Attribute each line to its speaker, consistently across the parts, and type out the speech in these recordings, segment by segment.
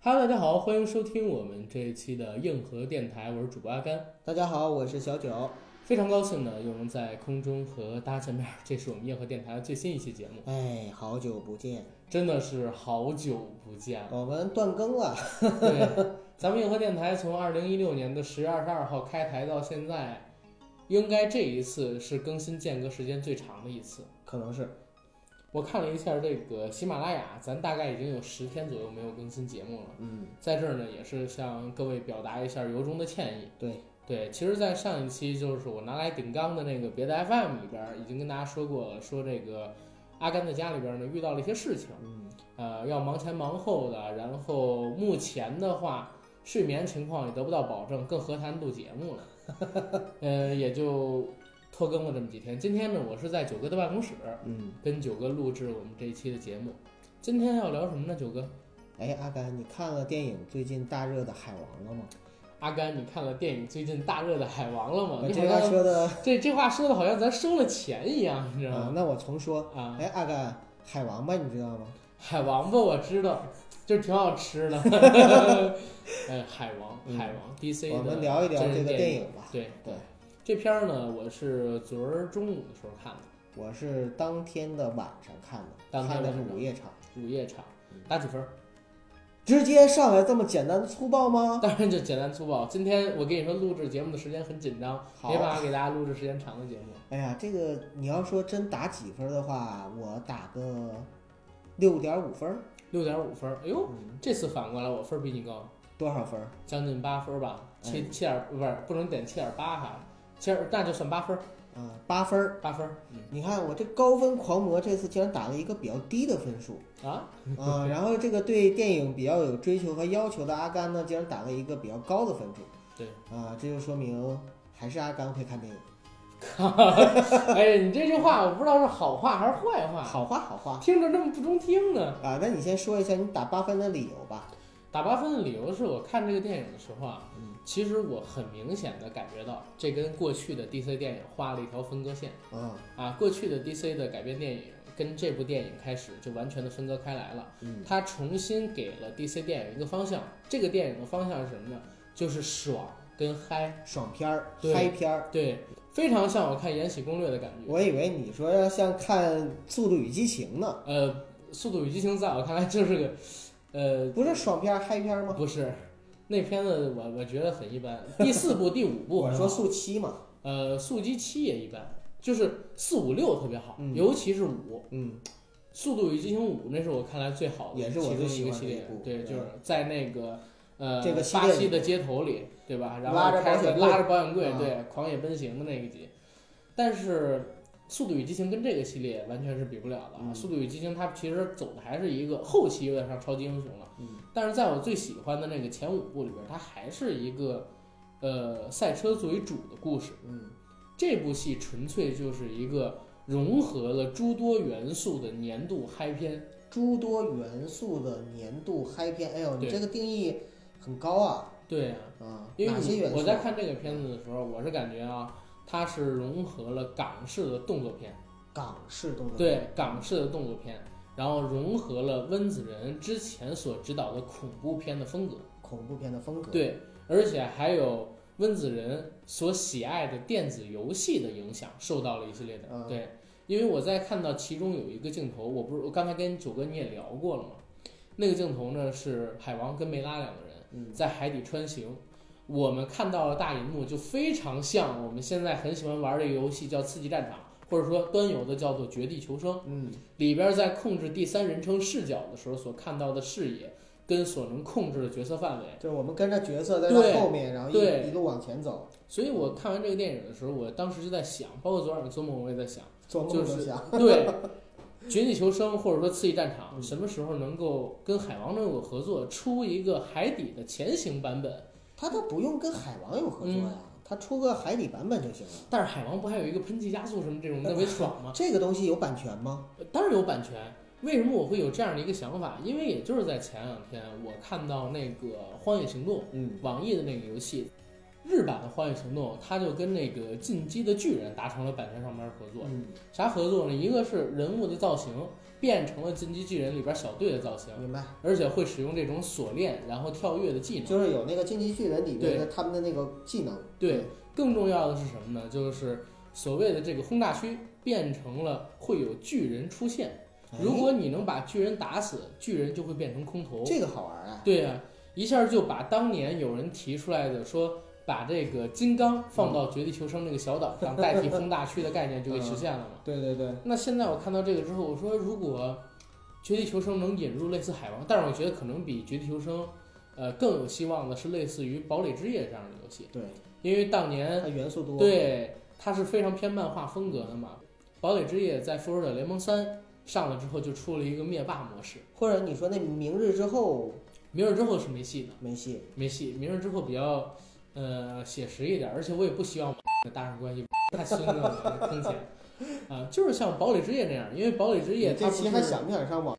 Speaker 1: Hello，大家好，欢迎收听我们这一期的硬核电台，我是主播阿甘，
Speaker 2: 大家好，我是小九。
Speaker 1: 非常高兴呢又能在空中和大家见面，这是我们硬核电台的最新一期节目，
Speaker 2: 哎，好久不见，
Speaker 1: 真的是好久不见了。
Speaker 2: 我们断更了。
Speaker 1: 对，咱们硬核电台从二零一六年的十月二十二号开台到现在，应该这一次是更新间隔时间最长的一次。
Speaker 2: 可能是
Speaker 1: 我看了一下这个喜马拉雅，咱大概已经有十天左右没有更新节目了。
Speaker 2: 嗯，
Speaker 1: 在这儿呢，也是向各位表达一下由衷的歉意。
Speaker 2: 对
Speaker 1: 对，其实，在上一期就是我拿来顶缸的那个别的 FM 里边儿，已经跟大家说过了，说这个阿甘在家里边儿呢遇到了一些事情，
Speaker 2: 嗯，
Speaker 1: 呃，要忙前忙后的，然后目前的话，睡眠情况也得不到保证，更何谈录节目了？ 呃，也就拖更了这么几天。今天呢，我是在九哥的办公室
Speaker 2: 嗯，
Speaker 1: 跟九哥录制我们这一期的节目。今天要聊什么呢？九哥，
Speaker 2: 哎，阿甘，你看了电影最近大热的《海王》了吗？
Speaker 1: 阿甘，你看了电影最近大热的《海王》了吗？
Speaker 2: 我
Speaker 1: 你
Speaker 2: 呃这
Speaker 1: 好
Speaker 2: 话
Speaker 1: 像
Speaker 2: 说的
Speaker 1: 这这话说的好像咱收了钱一样，你知道
Speaker 2: 啊，
Speaker 1: 吗？
Speaker 2: 那我重说。
Speaker 1: 啊，
Speaker 2: 哎，阿甘，海王八你知道吗？
Speaker 1: 海王吧，我知道，就是挺好吃的。 哎，海王，
Speaker 2: 嗯
Speaker 1: 海王，DC 的。
Speaker 2: 我们聊一聊这个电影吧。
Speaker 1: 对
Speaker 2: 对，
Speaker 1: 这片儿呢，我是昨儿中午的时候看的，
Speaker 2: 我是当天的晚上看的，
Speaker 1: 当天
Speaker 2: 看
Speaker 1: 晚上
Speaker 2: 的是午夜场，
Speaker 1: 午夜场
Speaker 2: 嗯，
Speaker 1: 打几分儿？
Speaker 2: 直接上来这么简单粗暴吗？
Speaker 1: 当然就简单粗暴。今天我跟你说，录制节目的时间很紧张，
Speaker 2: 好
Speaker 1: 没办法给大家录制时间长的节目。
Speaker 2: 哎呀，这个你要说真打几分的话，我打个六点五分儿。
Speaker 1: 六点五分儿，哎呦，
Speaker 2: 嗯，
Speaker 1: 这次反过来我分儿比你高，
Speaker 2: 多少分儿？
Speaker 1: 将近八分儿吧，七
Speaker 2: 嗯
Speaker 1: 七点不是不能点七点八哈，七点那就算八分儿，
Speaker 2: 啊，八分儿。
Speaker 1: 八分儿，嗯
Speaker 2: 你看我这高分狂魔这次竟然打了一个比较低的分数
Speaker 1: 啊。
Speaker 2: 啊，然后这个对电影比较有追求和要求的阿甘呢，竟然打了一个比较高的分数。
Speaker 1: 对
Speaker 2: 啊，这就说明还是阿甘会看电影。
Speaker 1: 哎，你这句话我不知道是好话还是坏话，
Speaker 2: 好话好话
Speaker 1: 听着这么不中听呢。
Speaker 2: 啊，那你先说一下你打八分的理由吧。
Speaker 1: 打八分的理由是我看这个电影的时候啊，
Speaker 2: 嗯
Speaker 1: 其实我很明显的感觉到这跟过去的 DC 电影画了一条分割线
Speaker 2: 啊，
Speaker 1: 啊，过去的 DC 的改编电影跟这部电影开始就完全的分割开来了，
Speaker 2: 嗯
Speaker 1: 它重新给了 DC 电影一个方向，这个电影的方向是什么呢？就是爽跟嗨，
Speaker 2: 爽片儿、
Speaker 1: 对
Speaker 2: 嗨片儿。
Speaker 1: 对，非常像我看《延禧攻略》的感觉。
Speaker 2: 我以为你说要像看《速度与激情》呢，
Speaker 1: 呃，《速度与激情》在我看来就是个，呃，
Speaker 2: 不是爽片儿、嗨片儿吗？
Speaker 1: 不是，那片子我我觉得很一般。第四部、第五部
Speaker 2: 我
Speaker 1: 很
Speaker 2: 说
Speaker 1: 好
Speaker 2: 速七嘛，
Speaker 1: 呃，速激七也一般，就是四五六特别好，
Speaker 2: 嗯
Speaker 1: 尤其是五，
Speaker 2: 嗯，
Speaker 1: 《速度与激情五》那是我看来最好的，
Speaker 2: 也是我
Speaker 1: 其中
Speaker 2: 最喜
Speaker 1: 一个
Speaker 2: 欢
Speaker 1: 系
Speaker 2: 的一
Speaker 1: 列
Speaker 2: 部。
Speaker 1: 对，
Speaker 2: 对
Speaker 1: 就是在那个。呃，
Speaker 2: 这个系
Speaker 1: 巴
Speaker 2: 列
Speaker 1: 西
Speaker 2: 里
Speaker 1: 的街头里，对吧？然后
Speaker 2: 拉着
Speaker 1: 开
Speaker 2: 保险
Speaker 1: 着
Speaker 2: 柜
Speaker 1: 拉着保险柜，
Speaker 2: 啊
Speaker 1: 对，狂野奔行的那个集。但是《速度与激情》跟这个系列完全是比不了的啊！
Speaker 2: 嗯
Speaker 1: 速度与激情》它其实走的还是一个后期有点像超级英雄了，
Speaker 2: 嗯
Speaker 1: 但是在我最喜欢的那个前五部里边，它还是一个呃赛车作为主的故事。
Speaker 2: 嗯
Speaker 1: 这部戏纯粹就是一个融合了诸多元素的年度嗨片。
Speaker 2: 诸多元素的年度嗨片，哎呦，你
Speaker 1: 对
Speaker 2: 这个定义很高啊
Speaker 1: 对啊，
Speaker 2: 啊！
Speaker 1: 因为
Speaker 2: 哪些
Speaker 1: 你
Speaker 2: 元素？
Speaker 1: 我在看这个片子的时候，我是感觉啊，它是融合了港式的动作片，
Speaker 2: 港式动作片，
Speaker 1: 对港式的动作片，然后融合了温子仁之前所执导的恐怖片的风格。
Speaker 2: 恐怖片的风格，，
Speaker 1: 对，而且还有温子仁所喜爱的电子游戏的影响，受到了一系列的、
Speaker 2: 嗯
Speaker 1: 对。因为我在看到其中有一个镜头，我不是我刚才跟九哥你也聊过了嘛，那个镜头呢是海王跟梅拉两个人
Speaker 2: 嗯，
Speaker 1: 在海底穿行，我们看到了大银幕，就非常像我们现在很喜欢玩的一个游戏叫《刺激战场》，或者说端游的叫做《绝地求生》。
Speaker 2: 嗯，
Speaker 1: 里边在控制第三人称视角的时候所看到的视野，跟所能控制的角色范围，
Speaker 2: 就是我们跟着角色在
Speaker 1: 对
Speaker 2: 他后面，然后
Speaker 1: 对
Speaker 2: 一一路往前走，
Speaker 1: 所以我看完这个电影的时候，我当时就在想，包括昨晚上做梦我也在想，
Speaker 2: 做梦都想，
Speaker 1: 对，《绝地求生》或者说《刺激战场》
Speaker 2: 嗯
Speaker 1: 什么时候能够跟海王能有合作，出一个海底的前行版本？
Speaker 2: 他都不用跟海王有合作呀，
Speaker 1: 嗯
Speaker 2: 他出个海底版本就行了。
Speaker 1: 但是海王不还有一个喷气加速什么这种特别爽吗？
Speaker 2: 这个东西有版权吗？
Speaker 1: 当然有版权。为什么我会有这样的一个想法？因为也就是在前两天，我看到那个《荒野行动》
Speaker 2: 嗯
Speaker 1: 网易的那个游戏，日版的《荒野行动》，它就跟那个《进击的巨人》达成了版权上面的合作。
Speaker 2: 嗯，
Speaker 1: 啥合作呢？一个是人物的造型变成了《进击巨人》里边小队的造型，
Speaker 2: 明白，
Speaker 1: 而且会使用这种锁链然后跳跃的技能。
Speaker 2: 就是有那个《进击巨人》里面的他们的那个技能，
Speaker 1: 对，更重要的是什么呢？就是所谓的这个轰炸区变成了会有巨人出现。
Speaker 2: 哎
Speaker 1: 如果你能把巨人打死，巨人就会变成空投。
Speaker 2: 这个好玩啊，
Speaker 1: 对呀、一下就把当年有人提出来的说把这个金刚放到绝地求生那个小岛上，代替轰炸区的概念就给实现了嘛。
Speaker 2: 对对对，
Speaker 1: 那现在我看到这个之后，我说如果绝地求生能引入类似海王，但是我觉得可能比绝地求生，呃，更有希望的是类似于堡垒之夜这样的游戏，
Speaker 2: 对，
Speaker 1: 因为当年
Speaker 2: 它元素多，，
Speaker 1: 对，它是非常偏漫画风格的嘛。堡垒之夜在复仇者联盟三上了之后，就出了一个灭霸模式。
Speaker 2: 或者你说那明日之后
Speaker 1: 明日之后是没戏的，
Speaker 2: 没戏，
Speaker 1: 没戏。明日之后比较，呃，写实一点，而且我也不希望搭上关系，太 凶了，坑钱。啊、就是像堡垒之夜那样，因为堡垒之夜
Speaker 2: 你
Speaker 1: 它不
Speaker 2: 这期
Speaker 1: 是
Speaker 2: 还想不想 上网？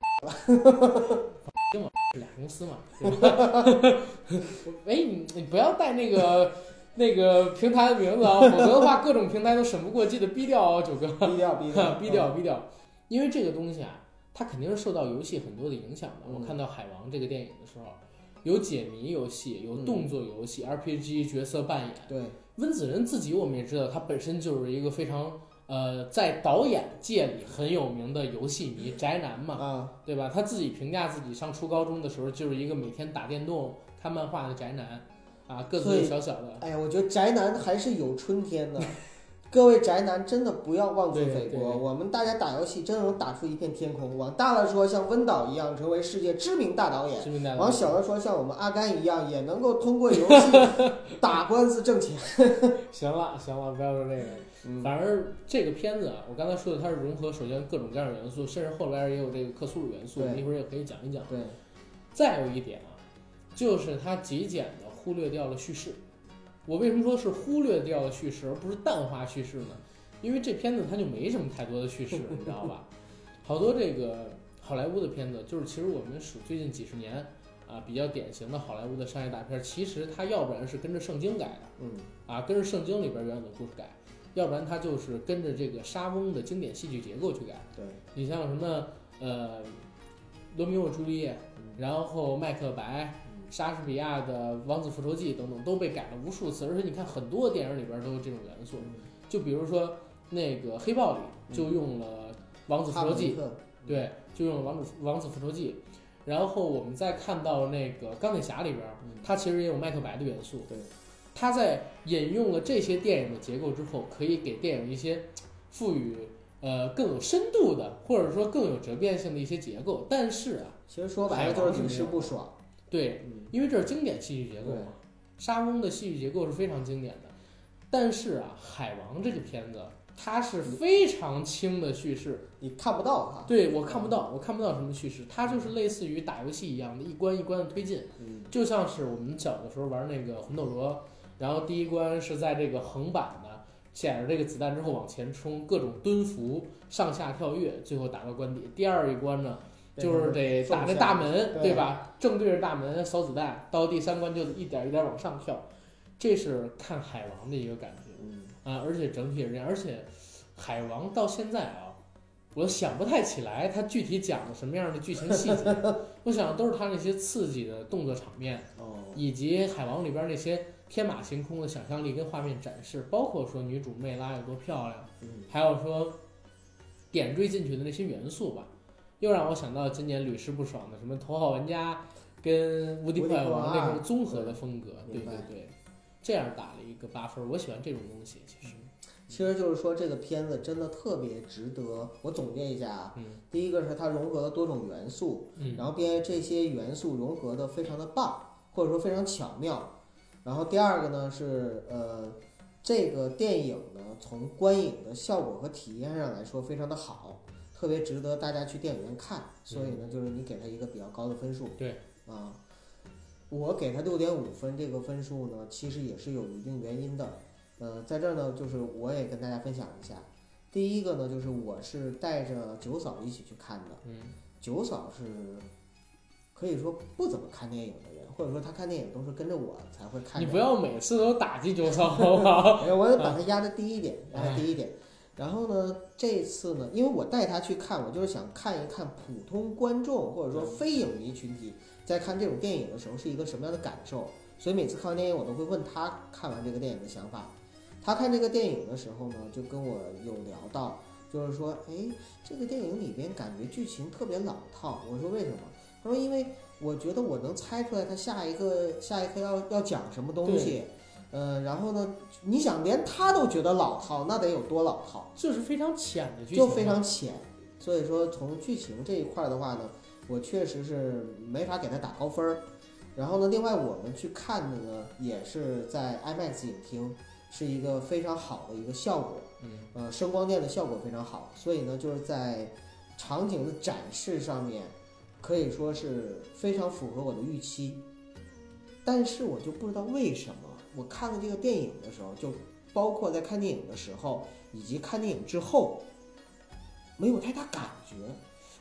Speaker 1: 俩公司嘛，对吧？ 哎，你你不要带那个那个平台的名字啊，否则的话各种平台都审不过，记得逼掉哦，九哥。
Speaker 2: 低调低调
Speaker 1: 逼掉，逼掉，因为这个东西啊，它肯定是受到游戏很多的影响的。
Speaker 2: 嗯
Speaker 1: 我看到《海王》这个电影的时候，有解谜游戏，有动作游戏、RPG 角色扮演。
Speaker 2: 嗯对，
Speaker 1: 温子仁自己我们也知道，他本身就是一个非常呃，在导演界里很有名的游戏迷宅男嘛，
Speaker 2: 啊，
Speaker 1: 对吧？他自己评价自己上初高中的时候就是一个每天打电动、看漫画的宅男，啊，个子
Speaker 2: 所
Speaker 1: 又
Speaker 2: 以
Speaker 1: 小小的，
Speaker 2: 哎呀，我觉得宅男还是有春天的。各位宅男真的不要妄自
Speaker 1: 对
Speaker 2: 菲
Speaker 1: 对
Speaker 2: 薄，我们大家打游戏真的能打出一片天空。往大了说，像温导一样成为世界知名大导演；
Speaker 1: 知名大
Speaker 2: 往
Speaker 1: 佬。
Speaker 2: 小了说，像我们阿甘一样，也能够通过 游戏打官司挣钱。
Speaker 1: 行了行了，不要说这个了。
Speaker 2: 嗯，
Speaker 1: 反而这个片子，啊，我刚才说的，它是融合首先各种各样的元素，甚至后边也有这个克苏鲁元素，
Speaker 2: 对
Speaker 1: 我们一会儿也可以讲一讲。
Speaker 2: 对，
Speaker 1: 再有一点啊，就是它极简的忽略掉了叙事。我为什么说是忽略掉了叙事，而不是淡化叙事呢？因为这片子它就没什么太多的叙事，你知道吧？好多这个好莱坞的片子，就是其实我们数最近几十年啊，比较典型的好莱坞的商业大片，其实它要不然是跟着圣经改的。
Speaker 2: 嗯，
Speaker 1: 啊，跟着圣经里边原有的故事改，要不然他就是跟着这个莎翁的经典戏剧结构去改。
Speaker 2: 对，
Speaker 1: 你像什么呃，罗密欧与朱丽叶，
Speaker 2: 嗯
Speaker 1: 然后麦克白，
Speaker 2: 嗯
Speaker 1: 莎士比亚的《王子复仇记》等等都被改了无数次，而且你看很多电影里边都有这种元素，就比如说那个《黑豹》
Speaker 2: 嗯
Speaker 1: 里就用了《王子复仇记》，
Speaker 2: 克，
Speaker 1: 对，就用了《王子王子复仇记》。然后我们再看到那个钢铁侠里边，
Speaker 2: 嗯
Speaker 1: 它其实也有麦克白的元素，
Speaker 2: 对，
Speaker 1: 他在引用了这些电影的结构之后，可以给电影一些赋予呃更有深度的，或者说更有折变性的一些结构。但是啊，
Speaker 2: 其实说白了就是屡试不爽。
Speaker 1: 对，
Speaker 2: 嗯，
Speaker 1: 因为这是经典戏剧结构嘛，莎翁的戏剧结构是非常经典的。但是啊，《海王》这个片子它是非常轻的叙事，
Speaker 2: 你看不到哈。
Speaker 1: 对我看不到，我看不到什么叙事，它就是类似于打游戏一样的，一关一关的推进。
Speaker 2: 嗯，
Speaker 1: 就像是我们小的时候玩那个魂斗罗，然后第一关是在这个横版的，捡着这个子弹之后往前冲，各种蹲伏、上下跳跃，最后打到关底。第二一关呢，就是得打那大门，
Speaker 2: 对
Speaker 1: 对吧？正对着大门扫子弹，到第三关就一点一点往上跳，这是看海王的一个感觉
Speaker 2: 嗯，
Speaker 1: 啊！而且整体也是这样，而且海王到现在啊。我想不太起来它具体讲了什么样的剧情细节，我想都是它那些刺激的动作场面，
Speaker 2: 哦，
Speaker 1: 以及《海王》里边那些天马行空的想象力跟画面展示，包括说女主梅拉有多漂亮，
Speaker 2: 嗯，
Speaker 1: 还有说点缀进去的那些元素吧，又让我想到今年屡试不爽的什么《头号玩家》跟《无敌破坏王》那种综合的风格，对
Speaker 2: 明
Speaker 1: 对
Speaker 2: 白
Speaker 1: 对，这样打了一个八分儿，我喜欢这种东西，其实，
Speaker 2: 其实就是说这个片子真的特别值得。我总结一下啊，
Speaker 1: 嗯
Speaker 2: 第一个是它融合了多种元素，
Speaker 1: 嗯，
Speaker 2: 然后并且这些元素融合的非常的棒，或者说非常巧妙。然后第二个呢是呃，这个电影呢从观影的效果和体验上来说非常的好，特别值得大家去电影院看。所以呢，就是你给它一个比较高的分数。
Speaker 1: 嗯对，
Speaker 2: 啊，我给它六点五分这个分数呢，其实也是有一定原因的。呃，在这儿呢，就是我也跟大家分享一下。第一个呢，就是我是带着九嫂一起去看的，
Speaker 1: 嗯
Speaker 2: 九嫂是可以说不怎么看电影的人，或者说他看电影都是跟着我才会看。
Speaker 1: 你不要啊每次都打击九嫂好不好？
Speaker 2: 哎，我把它压在低一点，压在低一点。
Speaker 1: 哎
Speaker 2: 然后呢，这次呢，因为我带他去看，我就是想看一看普通观众或者说非影迷群体在看这种电影的时候是一个什么样的感受。所以每次看完电影，我都会问他看完这个电影的想法。他看这个电影的时候呢，就跟我有聊到，就是说，哎，这个电影里边感觉剧情特别老套。我说为什么？他说因为我觉得我能猜出来他下一个下一刻要要讲什么东西。嗯，然后呢，你想连他都觉得老套，那得有多老套？
Speaker 1: 就是非常浅的剧情
Speaker 2: 就
Speaker 1: 嘛，
Speaker 2: 非常浅。所以说，从剧情这一块儿的话呢，我确实是没法给他打高分儿。然后呢，另外我们去看的呢，也是在 IMAX 影厅，是一个非常好的一个效果，
Speaker 1: 嗯，
Speaker 2: 呃，声光电的效果非常好，所以呢，就是在场景的展示上面，可以说是非常符合我的预期。但是我就不知道为什么，我看了这个电影的时候，就包括在看电影的时候，以及看电影之后，没有太大感觉。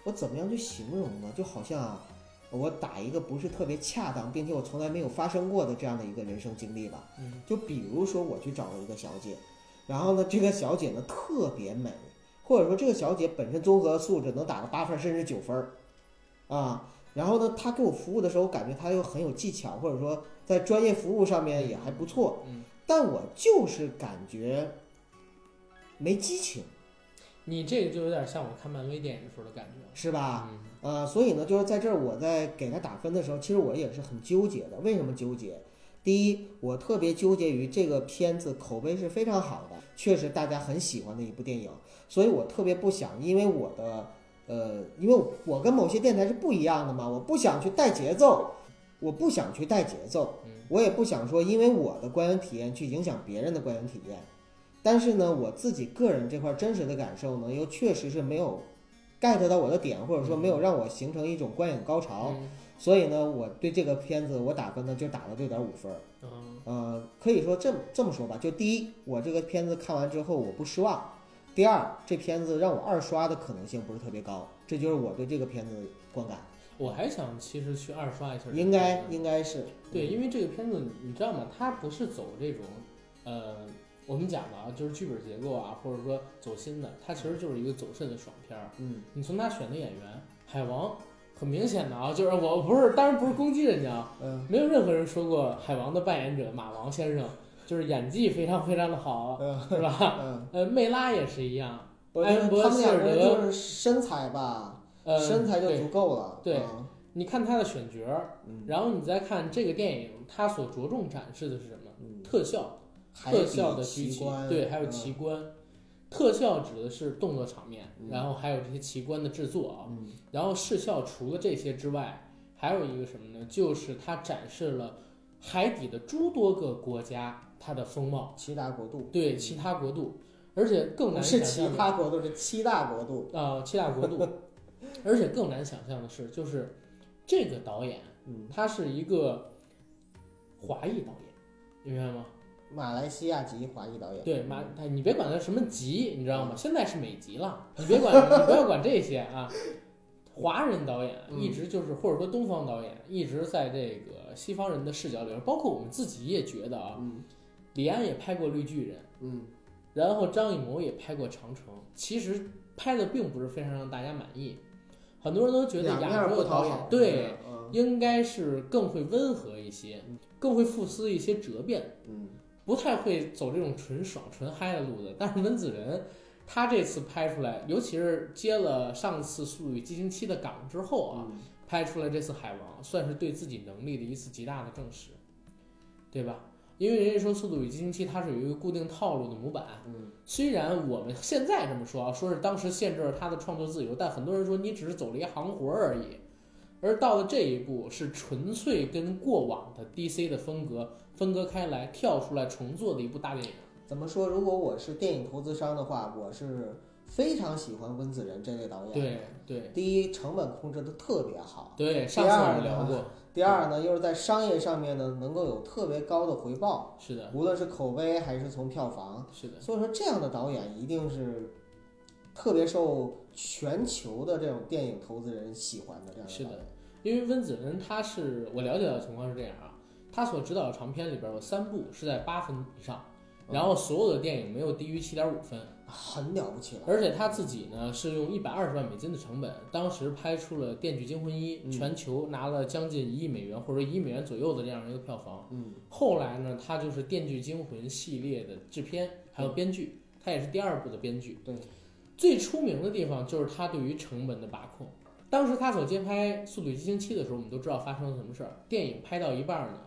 Speaker 2: 我怎么样去形容呢？就好像啊，我打一个不是特别恰当，并且我从来没有发生过的这样的一个人生经历吧。
Speaker 1: 嗯，
Speaker 2: 就比如说我去找了一个小姐，然后呢，这个小姐呢特别美，或者说这个小姐本身综合素质能打个八分儿甚至九分儿，啊，然后呢，她给我服务的时候，我感觉她又很有技巧，或者说在专业服务上面也还不错，
Speaker 1: 嗯，
Speaker 2: 但我就是感觉没激情，
Speaker 1: 你这个就有点像我看漫威电影时候的感觉
Speaker 2: 是吧？
Speaker 1: 嗯
Speaker 2: 呃，所以呢，就是在这儿我在给他打分的时候，其实我也是很纠结的。为什么纠结？第一，我特别纠结于这个片子口碑是非常好的，确实大家很喜欢的一部电影，所以我特别不想因为我的呃，因为我跟某些电台是不一样的嘛，我不想去带节奏，我不想去带节奏
Speaker 1: 嗯，
Speaker 2: 我也不想说因为我的观影体验去影响别人的观影体验。但是呢，我自己个人这块真实的感受呢，又确实是没有 get 到我的点，或者说没有让我形成一种观影高潮，
Speaker 1: 嗯
Speaker 2: 所以呢，我对这个片子我打分呢就打了六点五分儿。
Speaker 1: 嗯，
Speaker 2: 呃，可以说这么这么说吧，就第一，我这个片子看完之后我不失望；第二，这片子让我二刷的可能性不是特别高，这就是我对这个片子的观感，
Speaker 1: 我还想其实去二刷一下这个片
Speaker 2: 应
Speaker 1: 子，
Speaker 2: 该应该是
Speaker 1: 对，因为这个片子你知道吗？它不是走这种，呃，我们讲的啊，就是剧本结构啊，或者说走心的，它其实就是一个走肾的爽片儿。
Speaker 2: 嗯，
Speaker 1: 你从他选的演员海王，很明显的啊，就是我不是，当然不是攻击人家啊，
Speaker 2: 嗯
Speaker 1: 没有任何人说过海王的扮演者马王先生就是演技非常非常的好，
Speaker 2: 嗯
Speaker 1: 是吧？
Speaker 2: 嗯，
Speaker 1: 呃，梅拉也是一样，
Speaker 2: 我觉得
Speaker 1: 安博
Speaker 2: 他们两个
Speaker 1: 谢
Speaker 2: 人
Speaker 1: 尔德
Speaker 2: 就是身材吧，
Speaker 1: 呃，
Speaker 2: 身材就
Speaker 1: 对
Speaker 2: 足够了，
Speaker 1: 对
Speaker 2: 嗯
Speaker 1: 你看他的选角儿，
Speaker 2: 嗯
Speaker 1: 然后你再看这个电影，它所着重展示的是什么？
Speaker 2: 嗯，
Speaker 1: 特效。
Speaker 2: 还
Speaker 1: 特效
Speaker 2: 比
Speaker 1: 的
Speaker 2: 奇
Speaker 1: 剧情
Speaker 2: 观，
Speaker 1: 对，还有
Speaker 2: 嗯
Speaker 1: 奇观。特效指的是动作场面，
Speaker 2: 嗯
Speaker 1: 然后还有这些奇观的制作啊。
Speaker 2: 嗯
Speaker 1: 然后视效除了这些之外，还有一个什么呢？就是它展示了海底的诸多个国家它的风貌，
Speaker 2: 七大国度，
Speaker 1: 对其他国度，而且更
Speaker 2: 不
Speaker 1: 难
Speaker 2: 是
Speaker 1: 想
Speaker 2: 其
Speaker 1: 象的
Speaker 2: 他国度，是七大国度。
Speaker 1: 呃七大国度，而且更难想象的是，就是这个导演
Speaker 2: 嗯，
Speaker 1: 他是一个华裔导演，明白吗？
Speaker 2: 马来西亚籍华裔导演。
Speaker 1: 对，马，哎你别管它什么籍，你知道吗？现在是美籍了，你别管，你不要管这些啊。华人导演
Speaker 2: 嗯
Speaker 1: 一直就是，或者说东方导演一直在这个西方人的视角里边，包括我们自己也觉得啊，
Speaker 2: 嗯
Speaker 1: 李安也拍过《绿巨人》，
Speaker 2: 嗯
Speaker 1: 然后张艺谋也拍过《长城》，其实拍的并不是非常让大家满意，很多人都觉得
Speaker 2: 两面
Speaker 1: 亚
Speaker 2: 儿
Speaker 1: 洲
Speaker 2: 不
Speaker 1: 的
Speaker 2: 讨
Speaker 1: 导
Speaker 2: 好
Speaker 1: 演。对
Speaker 2: 是，嗯
Speaker 1: 应该是更会温和一些
Speaker 2: 嗯，
Speaker 1: 更会构思一些折变。
Speaker 2: 嗯
Speaker 1: 不太会走这种纯爽纯嗨的路子，但是温子仁他这次拍出来，尤其是接了上次《速度与激情七》的岗之后啊，
Speaker 2: 嗯
Speaker 1: 拍出来这次《海王》，算是对自己能力的一次极大的证实，对吧？因为人家说《速度与激情七》它是有一个固定套路的模板，
Speaker 2: 嗯
Speaker 1: 虽然我们现在这么说啊，说是当时限制了他的创作自由，但很多人说你只是走了一行活儿而已。而到了这一步，是纯粹跟过往的 DC 的风格分割开来，跳出来重做的一部大电影。
Speaker 2: 怎么说？如果我是电影投资商的话，我是非常喜欢温子仁这类导演。
Speaker 1: 对，对
Speaker 2: 第一，成本控制的特别好；
Speaker 1: 对，上次我们聊过，
Speaker 2: 第二呢，又是在商业上面呢能够有特别高的回报，
Speaker 1: 是的，
Speaker 2: 无论是口碑还是从票房。
Speaker 1: 是的，
Speaker 2: 所以说，这样的导演一定是特别受全球的这种电影投资人喜欢的这样
Speaker 1: 是
Speaker 2: 导
Speaker 1: 的
Speaker 2: 演。
Speaker 1: 因为温子仁他是我了解到的情况是这样啊，他所执导的长片里边有三部是在八分以上，然后所有的电影没有低于七点五分，
Speaker 2: 很了不起了。
Speaker 1: 而且他自己呢是用一百二十万美金的成本，当时拍出了《电锯惊魂一》，
Speaker 2: 嗯
Speaker 1: 全球拿了将近一亿美元或者一亿美元左右的这样一个票房。
Speaker 2: 嗯，
Speaker 1: 后来呢，他就是《电锯惊魂》系列的制片，还有编剧，他也是第二部的编剧。
Speaker 2: 对，
Speaker 1: 最出名的地方就是他对于成本的把控。当时他所接拍《速度与激情七》的时候，我们都知道发生了什么事儿。电影拍到一半呢，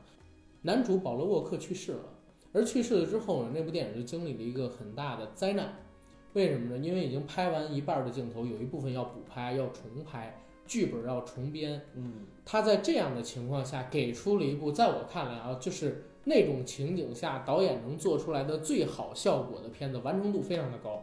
Speaker 1: 男主保罗·沃克去世了，而去世了之后呢，那部电影就经历了一个很大的灾难。为什么呢？因为已经拍完一半的镜头，有一部分要补拍、要重拍，剧本要重编，
Speaker 2: 嗯，
Speaker 1: 他在这样的情况下给出了一部，在我看来啊，就是那种情景下导演能做出来的最好效果的片子，完成度非常的高，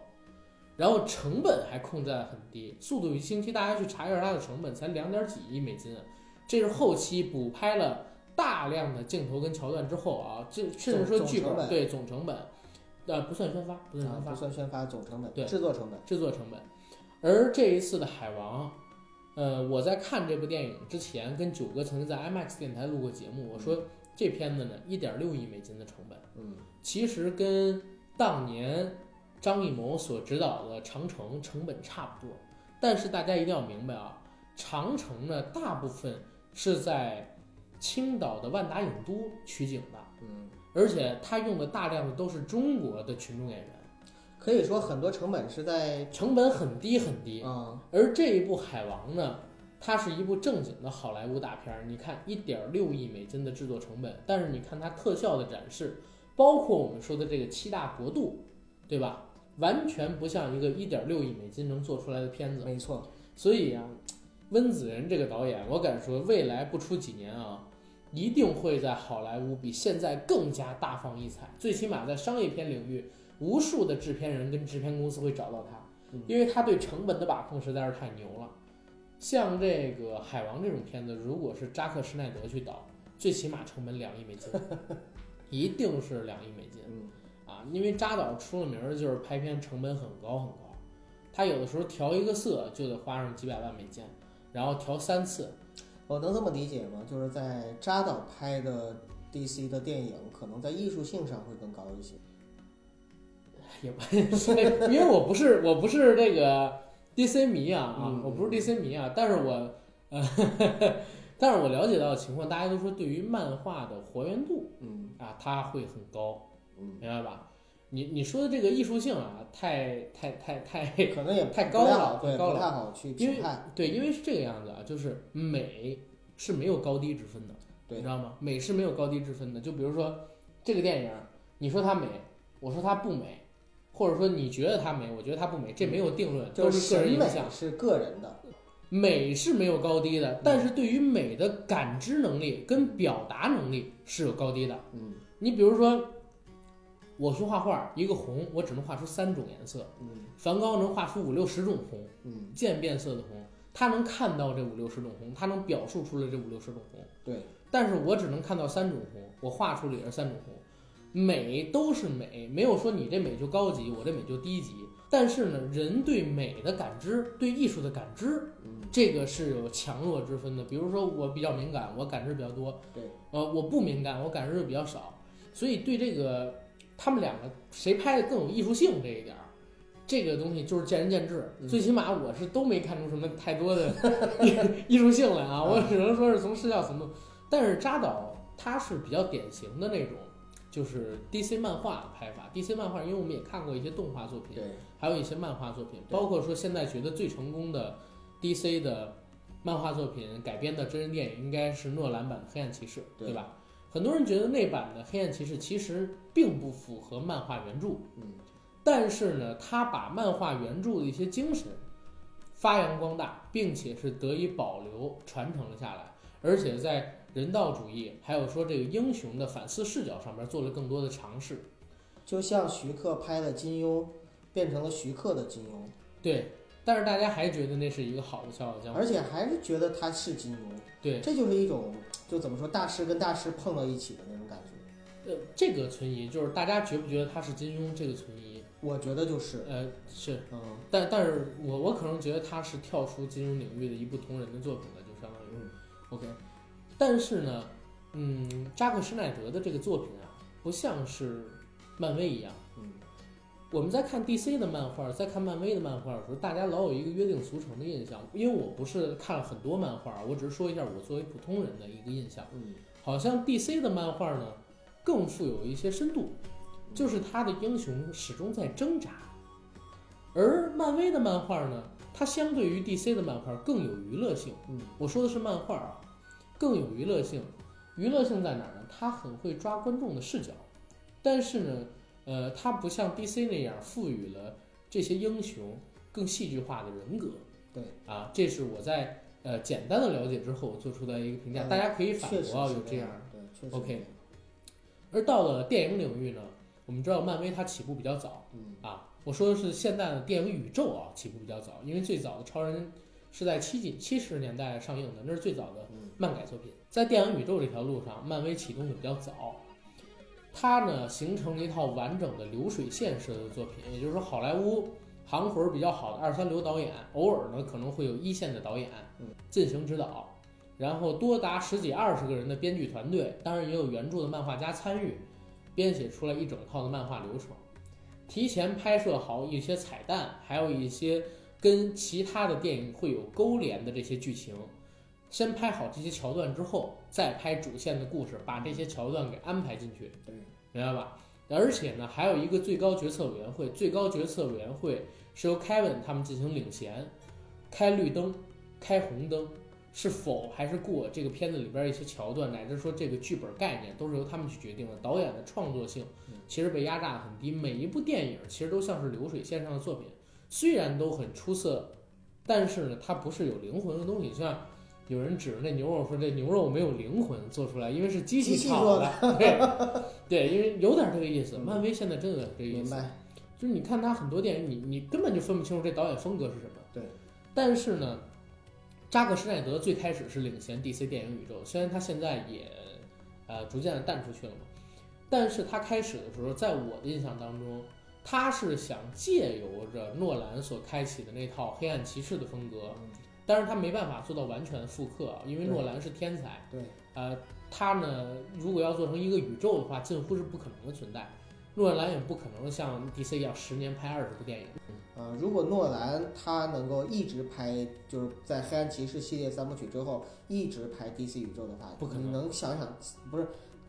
Speaker 1: 然后成本还控制得很低，《速度与激情七》大家去查一下它的成本才两点几亿美金，啊这是后期补拍了大量的镜头跟桥段之后啊，这甚至说
Speaker 2: 总
Speaker 1: 剧
Speaker 2: 总成本
Speaker 1: 对总成本，呃不算宣发，不算
Speaker 2: 啊
Speaker 1: 宣发
Speaker 2: 不，算宣发总成本，
Speaker 1: 对
Speaker 2: 制作成本。
Speaker 1: 制作成本。而这一次的《海王》，呃，我在看这部电影之前，跟九哥曾经在 IMAX 电台录过节目，我说这片子呢，一点六亿美金的成本，
Speaker 2: 嗯
Speaker 1: 其实跟当年张艺谋所执导的《长城》成本差不多。但是大家一定要明白啊，《长城》呢，大部分是在青岛的万达影都取景的，
Speaker 2: 嗯，
Speaker 1: 而且他用的大量的都是中国的群众演员，
Speaker 2: 可以说很多成本是在
Speaker 1: 成本很低很低。
Speaker 2: 啊，
Speaker 1: 而这一部《海王》呢，它是一部正经的好莱坞大片儿。你看，一点六亿美金的制作成本，但是你看它特效的展示，包括我们说的这个七大国度，对吧？完全不像一个一点六亿美金能做出来的片子。
Speaker 2: 没错，
Speaker 1: 所以啊，温子仁这个导演，我敢说，未来不出几年啊，一定会在好莱坞比现在更加大放异彩。最起码在商业片领域，无数的制片人跟制片公司会找到他
Speaker 2: 嗯，
Speaker 1: 因为他对成本的把控实在是太牛了。像这个《海王》这种片子，如果是扎克施耐德去导，最起码成本两亿美金，一定是两亿美金。
Speaker 2: 嗯，
Speaker 1: 啊，因为扎导出了名儿就是拍片成本很高很高，他有的时候调一个色就得花上几百万美金，然后调三次，
Speaker 2: 我能这么理解吗？就是在扎导拍的 DC 的电影，可能在艺术性上会更高一些。
Speaker 1: 也不， 因为我不是我不是这个 DC 迷啊啊，
Speaker 2: 嗯
Speaker 1: 我不是 DC 迷啊，但是我呃， 但是我了解到的情况，大家都说对于漫画的还原度
Speaker 2: 嗯
Speaker 1: 啊，它会很高，
Speaker 2: 嗯，
Speaker 1: 明白吧？你你说的这个艺术性啊，太太太太，
Speaker 2: 可能也
Speaker 1: 太
Speaker 2: 不
Speaker 1: 高
Speaker 2: 太
Speaker 1: 了
Speaker 2: 好对，
Speaker 1: 太高
Speaker 2: 不
Speaker 1: 了
Speaker 2: 太好去
Speaker 1: 因为
Speaker 2: 评判。
Speaker 1: 对，因为是这个样子啊，就是美是没有高低之分的。你
Speaker 2: 对
Speaker 1: 知，道吗？美是没有高低之分的。就比如说这个电影，你说它美，我说它不美，或者说你觉得它美，我觉得它不美，这没有定论，
Speaker 2: 就
Speaker 1: 都是个
Speaker 2: 审
Speaker 1: 人影
Speaker 2: 美
Speaker 1: 响。
Speaker 2: 是个人的，
Speaker 1: 美是没有高低的，但是对于美的感知能力跟表达能力是有高低的。
Speaker 2: 嗯
Speaker 1: 你比如说，我去画画，一个红，我只能画出三种颜色，
Speaker 2: 嗯
Speaker 1: 梵高能画出五六十种红。
Speaker 2: 嗯，
Speaker 1: 渐变色的红，他能看到这五六十种红，他能表述出来这五六十种红。
Speaker 2: 对，
Speaker 1: 但是我只能看到三种红，我画出了也是三种红，美都是美，没有说你这美就高级，我这美就低级。但是呢，人对美的感知，对艺术的感知，
Speaker 2: 嗯
Speaker 1: 这个是有强弱之分的。比如说我比较敏感，我感知比较多；
Speaker 2: 对，
Speaker 1: 呃，我不敏感，我感知就比较少。所以对这个他们两个谁拍的更有艺术性这一点儿，这个东西就是见仁见智。
Speaker 2: 嗯
Speaker 1: 最起码我是都没看出什么太多的 艺术性来啊，我
Speaker 2: 嗯
Speaker 1: 只能说是从视效层度。但是扎导他是比较典型的那种，就是 DC 漫画的拍法。DC 漫画，因为我们也看过一些动画作品，
Speaker 2: 对，
Speaker 1: 还有一些漫画作品，
Speaker 2: 对
Speaker 1: 包括说现在觉得最成功的 DC 的漫画作品改编的真人电影，应该是诺兰版的《黑暗骑士》，
Speaker 2: 对
Speaker 1: 对吧？很多人觉得那版的《黑暗骑士》其实并不符合漫画原著，
Speaker 2: 嗯
Speaker 1: 但是呢，他把漫画原著的一些精神发扬光大，并且是得以保留传承了下来，而且在人道主义还有说这个英雄的反思视角上面做了更多的尝试。
Speaker 2: 就像徐克拍的金庸，变成了徐克的金庸，
Speaker 1: 对，但是大家还觉得那是一个好的笑傲江湖，
Speaker 2: 而且还是觉得他是金庸，
Speaker 1: 对，
Speaker 2: 这就是一种就怎么说，大师跟大师碰到一起的那种感觉。
Speaker 1: 呃，这个存疑就是大家觉不觉得他是金庸这个存疑，
Speaker 2: 我觉得就是，
Speaker 1: 呃，是，
Speaker 2: 嗯
Speaker 1: 但但是我我可能觉得他是跳出金庸领域的一部同人的作品了，就相当于。
Speaker 2: 嗯
Speaker 1: OK，但是呢，嗯，扎克施耐德的这个作品啊，不像是漫威一样。
Speaker 2: 嗯，
Speaker 1: 我们在看 DC 的漫画，在看漫威的漫画的时候，大家老有一个约定俗成的印象。因为我不是看了很多漫画，我只是说一下我作为普通人的一个印象。
Speaker 2: 嗯，
Speaker 1: 好像 DC 的漫画呢，更富有一些深度，就是他的英雄始终在挣扎。而漫威的漫画呢，它相对于 DC 的漫画更有娱乐性。
Speaker 2: 嗯，
Speaker 1: 我说的是漫画啊，更有娱乐性。娱乐性在哪儿呢？它很会抓观众的视角，但是呢，呃，它不像 DC 那样赋予了这些英雄更戏剧化的人格。
Speaker 2: 对，
Speaker 1: 啊，这是我在呃简单的了解之后做出的一个评价，
Speaker 2: 嗯
Speaker 1: 大家可以反
Speaker 2: 确实
Speaker 1: 驳啊，有
Speaker 2: 是
Speaker 1: 这样。
Speaker 2: 的，对，确实是
Speaker 1: OK
Speaker 2: 这样
Speaker 1: 而到了电影领域呢，我们知道漫威它起步比较早
Speaker 2: 嗯
Speaker 1: 啊，我说的是现代的电影宇宙啊，起步比较早，因为最早的超人是在七几七十年代上映的，那是最早的
Speaker 2: 嗯
Speaker 1: 漫改作品。在电影宇宙这条路上，漫威启动的比较早，它呢形成了一套完整的流水线式的作品，也就是说，好莱坞行活儿比较好的二三流导演，偶尔呢可能会有一线的导演
Speaker 2: 嗯
Speaker 1: 进行指导，然后多达十几二十个人的编剧团队，当然也有原著的漫画家参与，编写出来一整套的漫画流程，提前拍摄好一些彩蛋，还有一些跟其他的电影会有勾连的这些剧情。先拍好这些桥段之后，再拍主线的故事，把这些桥段给安排进去，
Speaker 2: 对，
Speaker 1: 明白吧？而且呢，还有一个最高决策委员会，最高决策委员会是由 Kevin 他们进行领衔，开绿灯，开红灯，是否还是过这个片子里边一些桥段，乃至说这个剧本概念，都是由他们去决定的。导演的创作性
Speaker 2: 嗯
Speaker 1: 其实被压榨得很低，每一部电影其实都像是流水线上的作品，虽然都很出色，但是呢，它不是有灵魂的东西，就像。有人指着那牛肉说：“这牛肉没有灵魂做出来，因为是机器
Speaker 2: 机器
Speaker 1: 炒
Speaker 2: 做
Speaker 1: 的。”对，对，因为有点这个意思。漫威现在真的有这个意
Speaker 2: 嗯明
Speaker 1: 思，
Speaker 2: 白，
Speaker 1: 就是你看他很多电影，你你根本就分不清楚这导演风格是什么。
Speaker 2: 对，
Speaker 1: 但是呢，扎克施耐德最开始是领衔 DC 电影宇宙，虽然他现在也呃逐渐的淡出去了嘛，但是他开始的时候，在我的印象当中，他是想借由着诺兰所开启的那套黑暗骑士的风格，
Speaker 2: 嗯
Speaker 1: 但是他没办法做到完全复刻啊，因为
Speaker 2: 对
Speaker 1: 诺兰是天才。
Speaker 2: 对，
Speaker 1: 呃，他呢，如果要做成一个宇宙的话，近乎是不可能的存在。诺兰也不可能像 DC 一样十年拍二十部电影。
Speaker 2: 啊，如果诺兰他能够一直拍，就是在《黑暗骑士》系列三部曲之后一直拍 DC 宇宙的话，
Speaker 1: 不可能
Speaker 2: 你能想想不是？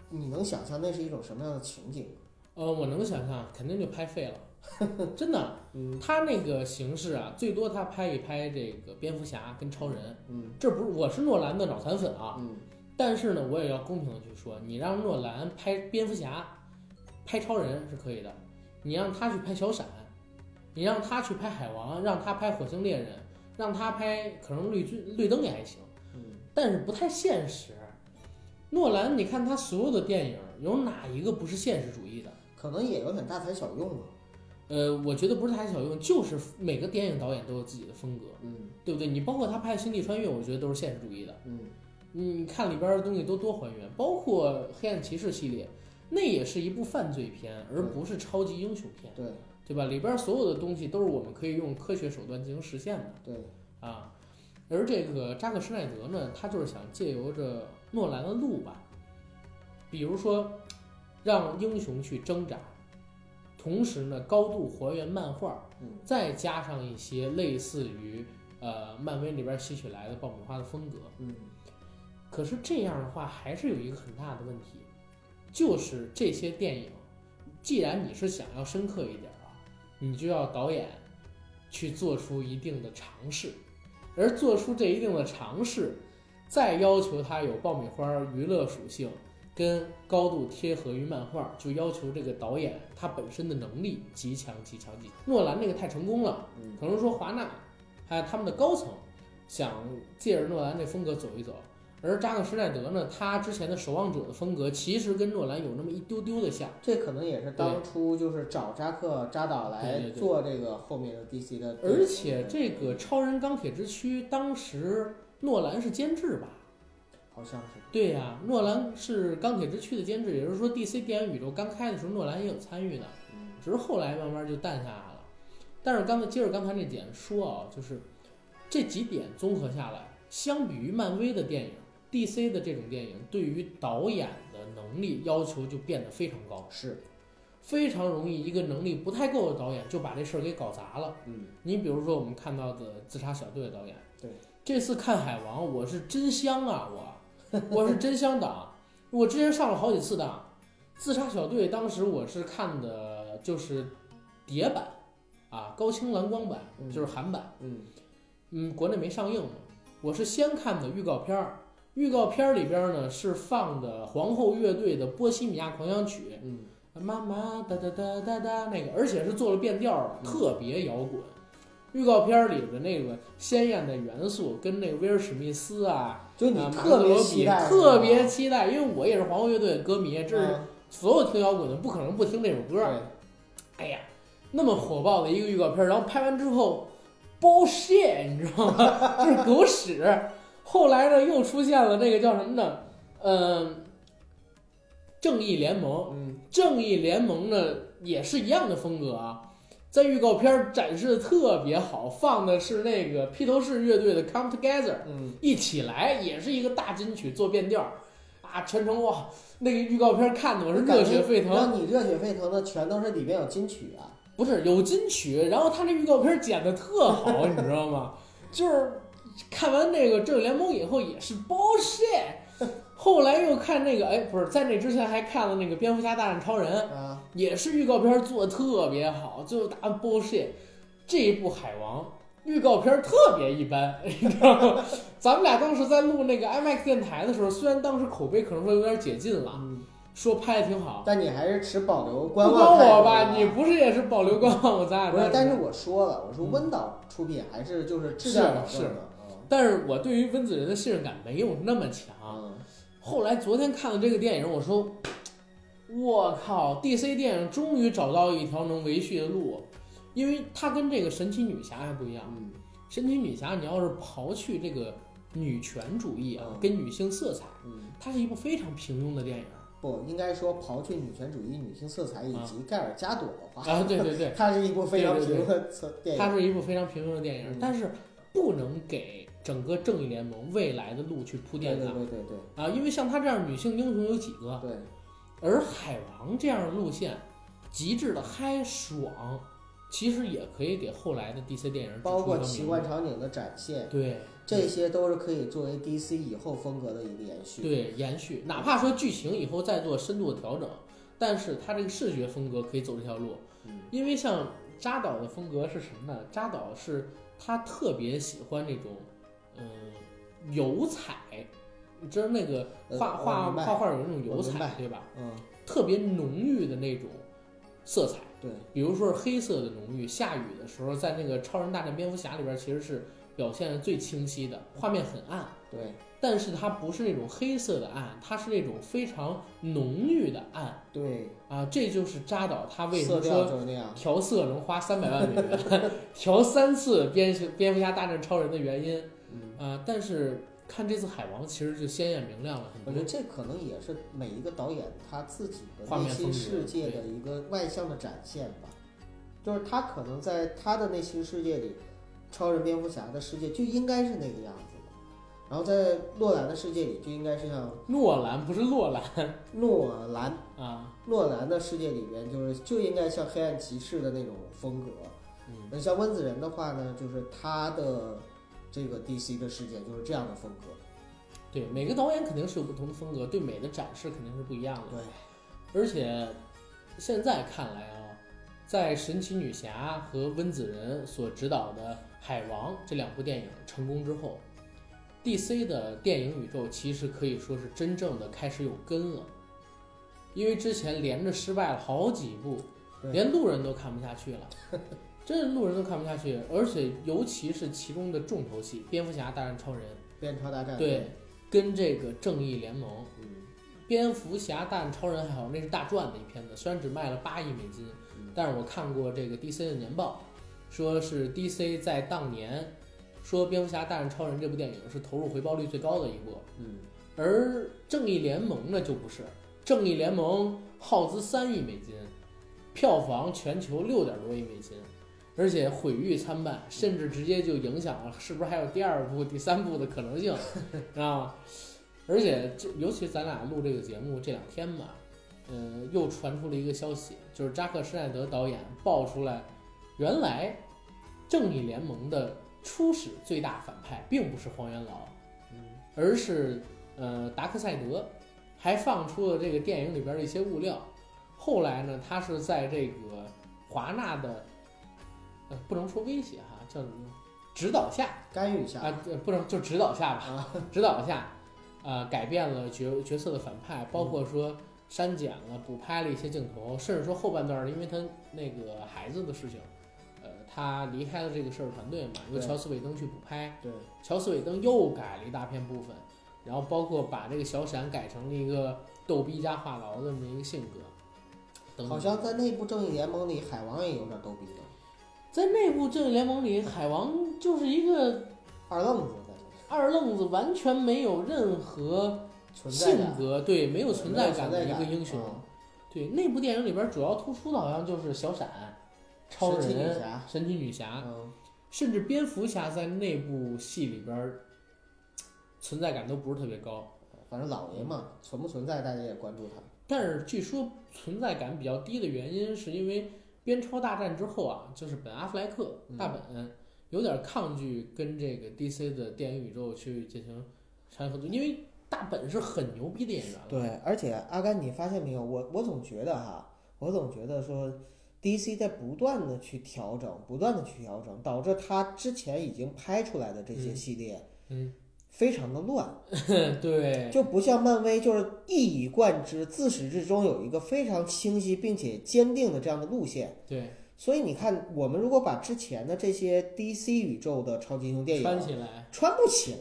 Speaker 2: 你能想象那是一种什么样的情景吗？
Speaker 1: 呃，我能想象，肯定就拍废了， 真的。
Speaker 2: 嗯
Speaker 1: 他那个形式啊，最多他拍一拍这个蝙蝠侠跟超人，
Speaker 2: 嗯
Speaker 1: 这不是我是诺兰的脑残粉啊，
Speaker 2: 嗯，
Speaker 1: 但是呢，我也要公平的去说，你让诺兰拍蝙蝠侠、拍超人是可以的，你让他去拍小闪，你让他去拍海王，让他拍火星猎人，让他拍可能绿军绿灯也还行，
Speaker 2: 嗯
Speaker 1: 但是不太现实。诺兰，你看他所有的电影，有哪一个不是现实主义的？
Speaker 2: 可能也有点大材小用吧。
Speaker 1: 呃，我觉得不是太小用，就是每个电影导演都有自己的风格，
Speaker 2: 嗯
Speaker 1: 对不对？你包括他拍《星际穿越》，我觉得都是现实主义的。
Speaker 2: 嗯
Speaker 1: 你看里边的东西都多还原，包括《黑暗骑士》系列，那也是一部犯罪片，而不是超级英雄片，
Speaker 2: 对
Speaker 1: 对吧？里边所有的东西都是我们可以用科学手段进行实现的
Speaker 2: 对，
Speaker 1: 啊。而这个扎克施耐德呢，他就是想借由着诺兰的路吧，比如说让英雄去挣扎，同时呢高度还原漫画，
Speaker 2: 嗯
Speaker 1: 再加上一些类似于呃漫威里边吸取来的爆米花的风格，
Speaker 2: 嗯
Speaker 1: 可是这样的话，还是有一个很大的问题，就是这些电影，既然你是想要深刻一点儿啊，你就要导演去做出一定的尝试，而做出这一定的尝试，再要求它有爆米花娱乐属性。跟高度贴合于漫画，就要求这个导演他本身的能力极强极强极强。诺兰那个太成功了，
Speaker 2: 嗯
Speaker 1: 可能说华纳还有他们的高层想借着诺兰这风格走一走，而扎克施耐德呢，他之前的《守望者》的风格其实跟诺兰有那么一丢丢的像，
Speaker 2: 这可能也是当初就是找扎克扎导
Speaker 1: 对
Speaker 2: 来
Speaker 1: 对对
Speaker 2: 做这个后面的 DC 的电影。
Speaker 1: 而且这个《超人钢铁之躯》当时诺兰是监制吧？
Speaker 2: 好像是
Speaker 1: 对呀、诺兰是《钢铁之躯》的监制，也就是说 DC 电影宇宙刚开的时候，诺兰也有参与的。
Speaker 2: 嗯
Speaker 1: 只是后来慢慢就淡下来了。但是刚才接着刚才那点说啊，就是这几点综合下来，相比于漫威的电影 DC 的这种电影对于导演的能力要求就变得非常高，
Speaker 2: 是，
Speaker 1: 非常容易一个能力不太够的导演就把这事儿给搞砸了。
Speaker 2: 嗯，
Speaker 1: 你比如说我们看到的《自杀小队》的导演，
Speaker 2: 对，
Speaker 1: 这次看《海王》，我是真香啊，我我是真香党，我之前上了好几次当，《自杀小队》当时我是看的就是碟版啊，高清蓝光版，
Speaker 2: 嗯
Speaker 1: 就是韩版，
Speaker 2: 嗯，
Speaker 1: 嗯，国内没上映嘛，我是先看的预告片儿。预告片儿里边儿呢是放的皇后乐队的《波西米亚狂想曲》，
Speaker 2: 嗯，
Speaker 1: 妈妈哒哒哒哒哒那个，而且是做了变调的，
Speaker 2: 嗯
Speaker 1: 特别摇滚。预告片里的那个鲜艳的元素，跟那个威尔史密斯啊，
Speaker 2: 就你
Speaker 1: 啊
Speaker 2: 特
Speaker 1: 马格
Speaker 2: 别
Speaker 1: 罗
Speaker 2: 期
Speaker 1: 比
Speaker 2: 待，
Speaker 1: 特别期待，因为我也是皇后乐队的歌迷，这是
Speaker 2: 嗯
Speaker 1: 所有听摇滚的不可能不听这首歌。
Speaker 2: 对，
Speaker 1: 哎呀，那么火爆的一个预告片，然后拍完之后，bullshit，你知道吗？ 就是狗屎。后来呢，又出现了那个叫什么呢？嗯、正义联盟。
Speaker 2: 嗯，
Speaker 1: 正义联盟呢也是一样的风格啊，在预告片儿展示的特别好，放的是那个披头士乐队的《Come Together》，
Speaker 2: 嗯，
Speaker 1: 一起来也是一个大金曲做变调儿，啊，全程哇，那个预告片儿看的我是热血沸腾，
Speaker 2: 让你热血沸腾的全都是里面有金曲啊，
Speaker 1: 不是有金曲，然后他那预告片儿剪的特好，你知道吗？就是看完那个正义联盟以后也是 bullshit，后来又看那个，哎，不是在那之前还看了那个蝙蝠侠大战超人。
Speaker 2: 啊，
Speaker 1: 也是预告片做的特别好，最后打 bullshit。这一部《海王》预告片特别一般， 你知道吗？咱们俩当时在录那个 IMAX 电台的时候，虽然当时口碑可能说有点解禁了，
Speaker 2: 嗯，
Speaker 1: 说拍的挺好，
Speaker 2: 但你还是持保留
Speaker 1: 啊不
Speaker 2: 观望
Speaker 1: 光
Speaker 2: 态度
Speaker 1: 我
Speaker 2: 吧
Speaker 1: 吧，，你不是也是保留观望吗？咱俩
Speaker 2: 不是，
Speaker 1: 当
Speaker 2: 但
Speaker 1: 时
Speaker 2: 是我说了，我说
Speaker 1: 嗯
Speaker 2: 温导出品还是就是质量保证
Speaker 1: 是啊
Speaker 2: 的，
Speaker 1: 但是我对于温子仁的信任感没有那么强。
Speaker 2: 嗯，
Speaker 1: 后来昨天看了这个电影，我说，我靠，DC 电影终于找到一条能维续的路，因为它跟这个神奇女侠还不一样。
Speaker 2: 嗯，
Speaker 1: 神奇女侠，你要是刨去这个女权主义啊
Speaker 2: 嗯
Speaker 1: 跟女性色彩，
Speaker 2: 嗯，
Speaker 1: 它是一部非常平庸的电影
Speaker 2: 不应该说刨去女权主义、女性色彩以及盖尔加朵的话，
Speaker 1: 啊。对对对，
Speaker 2: 它是一部非常
Speaker 1: 对对
Speaker 2: 平的侧电
Speaker 1: 它
Speaker 2: 影。
Speaker 1: 是一部非常平庸的电影，
Speaker 2: 嗯
Speaker 1: 但是不能给整个正义联盟未来的路去铺
Speaker 2: 对
Speaker 1: 垫
Speaker 2: 对
Speaker 1: 它
Speaker 2: 对对对
Speaker 1: 啊。因为像她这样的女性英雄有几个？
Speaker 2: 对，
Speaker 1: 而海王这样的路线，极致的嗨爽，其实也可以给后来的 DC 电影指出
Speaker 2: 包括
Speaker 1: 一个
Speaker 2: 奇
Speaker 1: 明
Speaker 2: 观场景的展现，
Speaker 1: 对
Speaker 2: 这些都是可以作为 DC 以后风格的一个延续。
Speaker 1: 对，延续，哪怕说剧情以后再做深度的调整，但是它这个视觉风格可以走这条路，
Speaker 2: 嗯
Speaker 1: 因为像扎导的风格是什么呢？扎导是他特别喜欢这种，嗯、油彩，你知道那个
Speaker 2: 呃
Speaker 1: 画画
Speaker 2: 我明白
Speaker 1: 画画有那种
Speaker 2: 我
Speaker 1: 油
Speaker 2: 明
Speaker 1: 彩
Speaker 2: 白
Speaker 1: 对吧？
Speaker 2: 嗯，
Speaker 1: 特别浓郁的那种色彩，
Speaker 2: 对，
Speaker 1: 比如说是黑色的浓郁，下雨的时候在那个《超人大战蝙蝠侠》里边其实是表现的最清晰的，画面很暗。
Speaker 2: 对，
Speaker 1: 但是它不是那种黑色的暗，它是那种非常浓郁的暗
Speaker 2: 对，
Speaker 1: 啊，这就是扎导他为什
Speaker 2: 色
Speaker 1: 么
Speaker 2: 调
Speaker 1: 说
Speaker 2: 就是那样。
Speaker 1: 调色能花三百万美元， 调三次蝙蝠蝙蝠侠大战超人的原因
Speaker 2: 嗯，
Speaker 1: 啊。但是看这次海王其实就鲜艳明亮了很
Speaker 2: 我觉
Speaker 1: 多
Speaker 2: 得，这可能也是每一个导演他自己的
Speaker 1: 画面
Speaker 2: 内心
Speaker 1: 风格
Speaker 2: 世界的一个外向的展现吧。就是他可能在他的内心世界里，超人、蝙蝠侠的世界就应该是那个样子的，然后在诺兰的世界里就应该是像
Speaker 1: 诺兰不是洛兰
Speaker 2: 诺兰
Speaker 1: 啊，
Speaker 2: 诺兰的世界里边，就是就应该像黑暗骑士的那种风格。
Speaker 1: 嗯，
Speaker 2: 那像温子仁的话呢，就是他的这个 DC 的世界就是这样的风格。
Speaker 1: 对，每个导演肯定是有不同的风格，对美的展示肯定是不一样的。
Speaker 2: 对，
Speaker 1: 而且现在看来啊，在神奇女侠和温子仁所执导的《海王》这两部电影成功之后，DC 的电影宇宙其实可以说是真正的开始有根了，因为之前连着失败了好几部，
Speaker 2: 对
Speaker 1: 连路人都看不下去 了。真是路人都看不下去，而且尤其是其中的重头戏《蝙蝠侠大战超人
Speaker 2: 变超大战》，
Speaker 1: 对，，跟这个《正义联盟》
Speaker 2: 嗯，
Speaker 1: 蝙蝠侠、大战超人还好，那是大赚的一片子，虽然只卖了八亿美金，
Speaker 2: 嗯
Speaker 1: 但是我看过这个 DC 的年报，说是 DC 在当年说蝙蝠侠、大战超人这部电影是投入回报率最高的一部，
Speaker 2: 嗯，
Speaker 1: 而正义联盟呢就不是，正义联盟耗资三亿美金，票房全球六点多亿美金。而且毁誉参半，甚至直接就影响了是不是还有第二部、第三部的可能性，啊？而且这尤其咱俩录这个节目这两天吧，嗯、又传出了一个消息，就是扎克施奈德导演爆出来，原来正义联盟的初始最大反派并不是荒原狼，
Speaker 2: 嗯
Speaker 1: 而是呃达克赛德，还放出了这个电影里边的一些物料。后来呢，他是在这个华纳的，呃，不能说威胁哈，叫什么指导下
Speaker 2: 干预一下，
Speaker 1: 啊，对不能就指导下吧，
Speaker 2: 啊，
Speaker 1: 指导下，呃，改变了角角色的反派，包
Speaker 2: 嗯
Speaker 1: 括说删减了、补拍了一些镜头，甚至说后半段儿，因为他那个孩子的事情，呃，他离开了这个摄制团队嘛，由
Speaker 2: 对
Speaker 1: 乔斯·韦登去补拍，
Speaker 2: 对，
Speaker 1: 乔斯·韦登又改了一大片部分，然后包括把这个小闪改成了一个逗逼加话痨的这么一个性格。等等
Speaker 2: 好像在内部正义联盟里，海王也有点逗逼的，
Speaker 1: 在内部正义联盟里，海王就是一个
Speaker 2: 二愣子在那里
Speaker 1: 二愣子，完全没有任何
Speaker 2: 存在
Speaker 1: 性
Speaker 2: 感，
Speaker 1: 格，对，没有存在
Speaker 2: 感
Speaker 1: 感的一个英雄。
Speaker 2: 嗯
Speaker 1: 对，那部电影里边主要突出的好像就是小闪、超人、
Speaker 2: 啊神奇女侠
Speaker 1: 神奇女侠，
Speaker 2: 嗯，
Speaker 1: 甚至蝙蝠侠在那部戏里边儿存在感都不是特别高。
Speaker 2: 反正老爷嘛，存不存在大家也关注他。
Speaker 1: 但是据说存在感比较低的原因，是因为《边超大战》之后啊，就是本阿弗莱克
Speaker 2: 嗯
Speaker 1: 大本、有点抗拒跟这个 DC 的电影宇宙去进行商业合作，因为大本是很牛逼的演员了。
Speaker 2: 对，而且阿甘，你发现没有？我我总觉得哈，我总觉得说，DC 在不断的去调整，不断的去调整，导致他之前已经拍出来的这些
Speaker 1: 嗯
Speaker 2: 系列，
Speaker 1: 嗯，
Speaker 2: 非常的乱，
Speaker 1: 对嗯对
Speaker 2: 就不像漫威，就是一以贯之，自始至终有一个非常清晰并且坚定的这样的路线。
Speaker 1: 对，
Speaker 2: 所以你看，我们如果把之前的这些 DC 宇宙的超级英雄电
Speaker 1: 穿
Speaker 2: 影
Speaker 1: 起来，
Speaker 2: 穿不起来，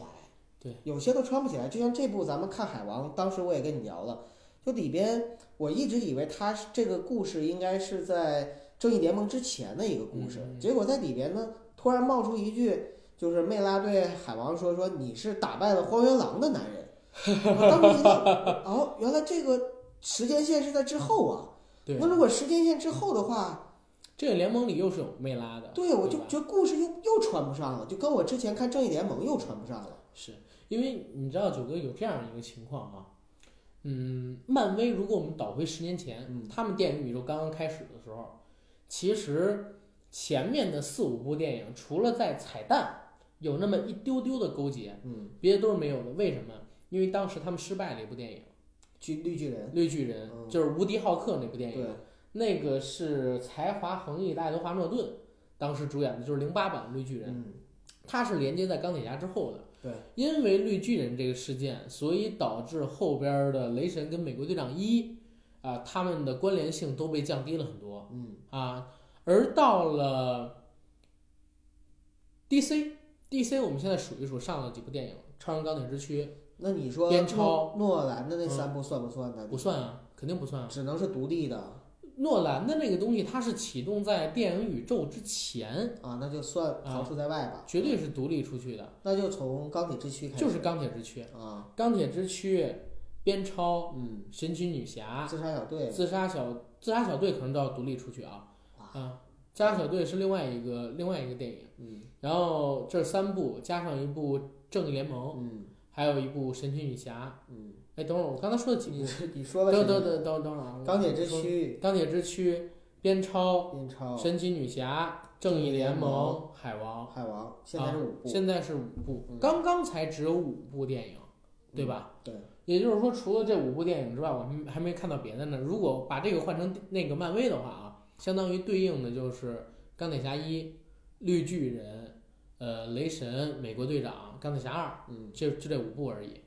Speaker 1: 对，
Speaker 2: 有些都穿不起来。就像这部咱们看《海王》，当时我也跟你聊了，就里边我一直以为它是这个故事应该是在正义联盟之前的一个故事，
Speaker 1: 嗯嗯嗯
Speaker 2: 结果在里边呢突然冒出一句，就是魅拉对海王说说你是打败了荒原狼的男人，我当时一听，哦，原来这个时间线是在之后啊。
Speaker 1: 嗯对
Speaker 2: 那，如果时间线之后的话，
Speaker 1: 这个联盟里又是有魅拉的，
Speaker 2: 对我就
Speaker 1: 嗯吧
Speaker 2: 觉得故事又又穿不上了，就跟我之前看正义联盟又穿不上了。
Speaker 1: 是因为你知道九哥有这样一个情况啊，嗯，漫威如果我们倒回十年前，
Speaker 2: 嗯
Speaker 1: 他们电影宇宙刚刚开始的时候，其实前面的四五部电影除了在彩蛋有那么一丢丢的勾结，
Speaker 2: 嗯，
Speaker 1: 别的都是没有的。为什么？因为当时他们失败了一部电影
Speaker 2: 巨绿巨人
Speaker 1: 《绿巨人》，
Speaker 2: 嗯
Speaker 1: 就是《无敌浩克》那部电
Speaker 2: 对
Speaker 1: 影，。那个是才华横溢的爱德华诺顿当时主演的，就是零八版《绿巨人》。
Speaker 2: 嗯，
Speaker 1: 它是连接在钢铁侠之后的。
Speaker 2: 对，
Speaker 1: 因为绿巨人这个事件，所以导致后边儿的雷神跟美国队长一啊、他们的关联性都被降低了很多
Speaker 2: 嗯，
Speaker 1: 啊。而到了 DC，DC 我们现在数一数上了几部电影，《超人钢铁之躯
Speaker 2: 那你说
Speaker 1: 边超
Speaker 2: 诺诺兰的那三部算不算呢？》
Speaker 1: 不算啊，肯定不算啊。
Speaker 2: 只能是独立的
Speaker 1: 诺兰的那个东西，它是启动在电影宇宙之前，
Speaker 2: 啊，那就算
Speaker 1: 啊
Speaker 2: 逃出在外吧。
Speaker 1: 绝对是独立出去的，
Speaker 2: 那就从钢铁之躯开始，
Speaker 1: 就是钢铁之躯、
Speaker 2: 啊，
Speaker 1: 钢铁之躯、边超、
Speaker 2: 嗯，
Speaker 1: 神奇女侠、
Speaker 2: 自杀小队
Speaker 1: 自杀小自杀小队可能都要独立出去啊
Speaker 2: 啊
Speaker 1: 啊！自杀小队是另外一个另外一个电影，
Speaker 2: 嗯
Speaker 1: 然后这三部加上一部正义联盟，
Speaker 2: 嗯
Speaker 1: 还有一部神奇女侠。
Speaker 2: 嗯，
Speaker 1: 哎，等会儿我刚才说了几
Speaker 2: 你
Speaker 1: 部？
Speaker 2: 你说了
Speaker 1: 等
Speaker 2: 什么
Speaker 1: 等等等等会儿啊！
Speaker 2: 钢铁之
Speaker 1: 我说
Speaker 2: 躯、哦
Speaker 1: 钢铁之躯、边超、
Speaker 2: 印超、
Speaker 1: 神奇女侠、正义联
Speaker 2: 正义联
Speaker 1: 盟、海王，
Speaker 2: 海王，现
Speaker 1: 啊
Speaker 2: 在是五部，
Speaker 1: 现在是五部
Speaker 2: 嗯，
Speaker 1: 刚刚才只有五部电影，对吧？
Speaker 2: 对，
Speaker 1: 也就是说，除了这五部电影之外，我们还没看到别的呢。如果把这个换成那个漫威的话啊，相当于对应的就是钢铁侠一、绿巨人、呃雷神、美国队长、钢铁侠二，
Speaker 2: 嗯
Speaker 1: 就就这五部而已。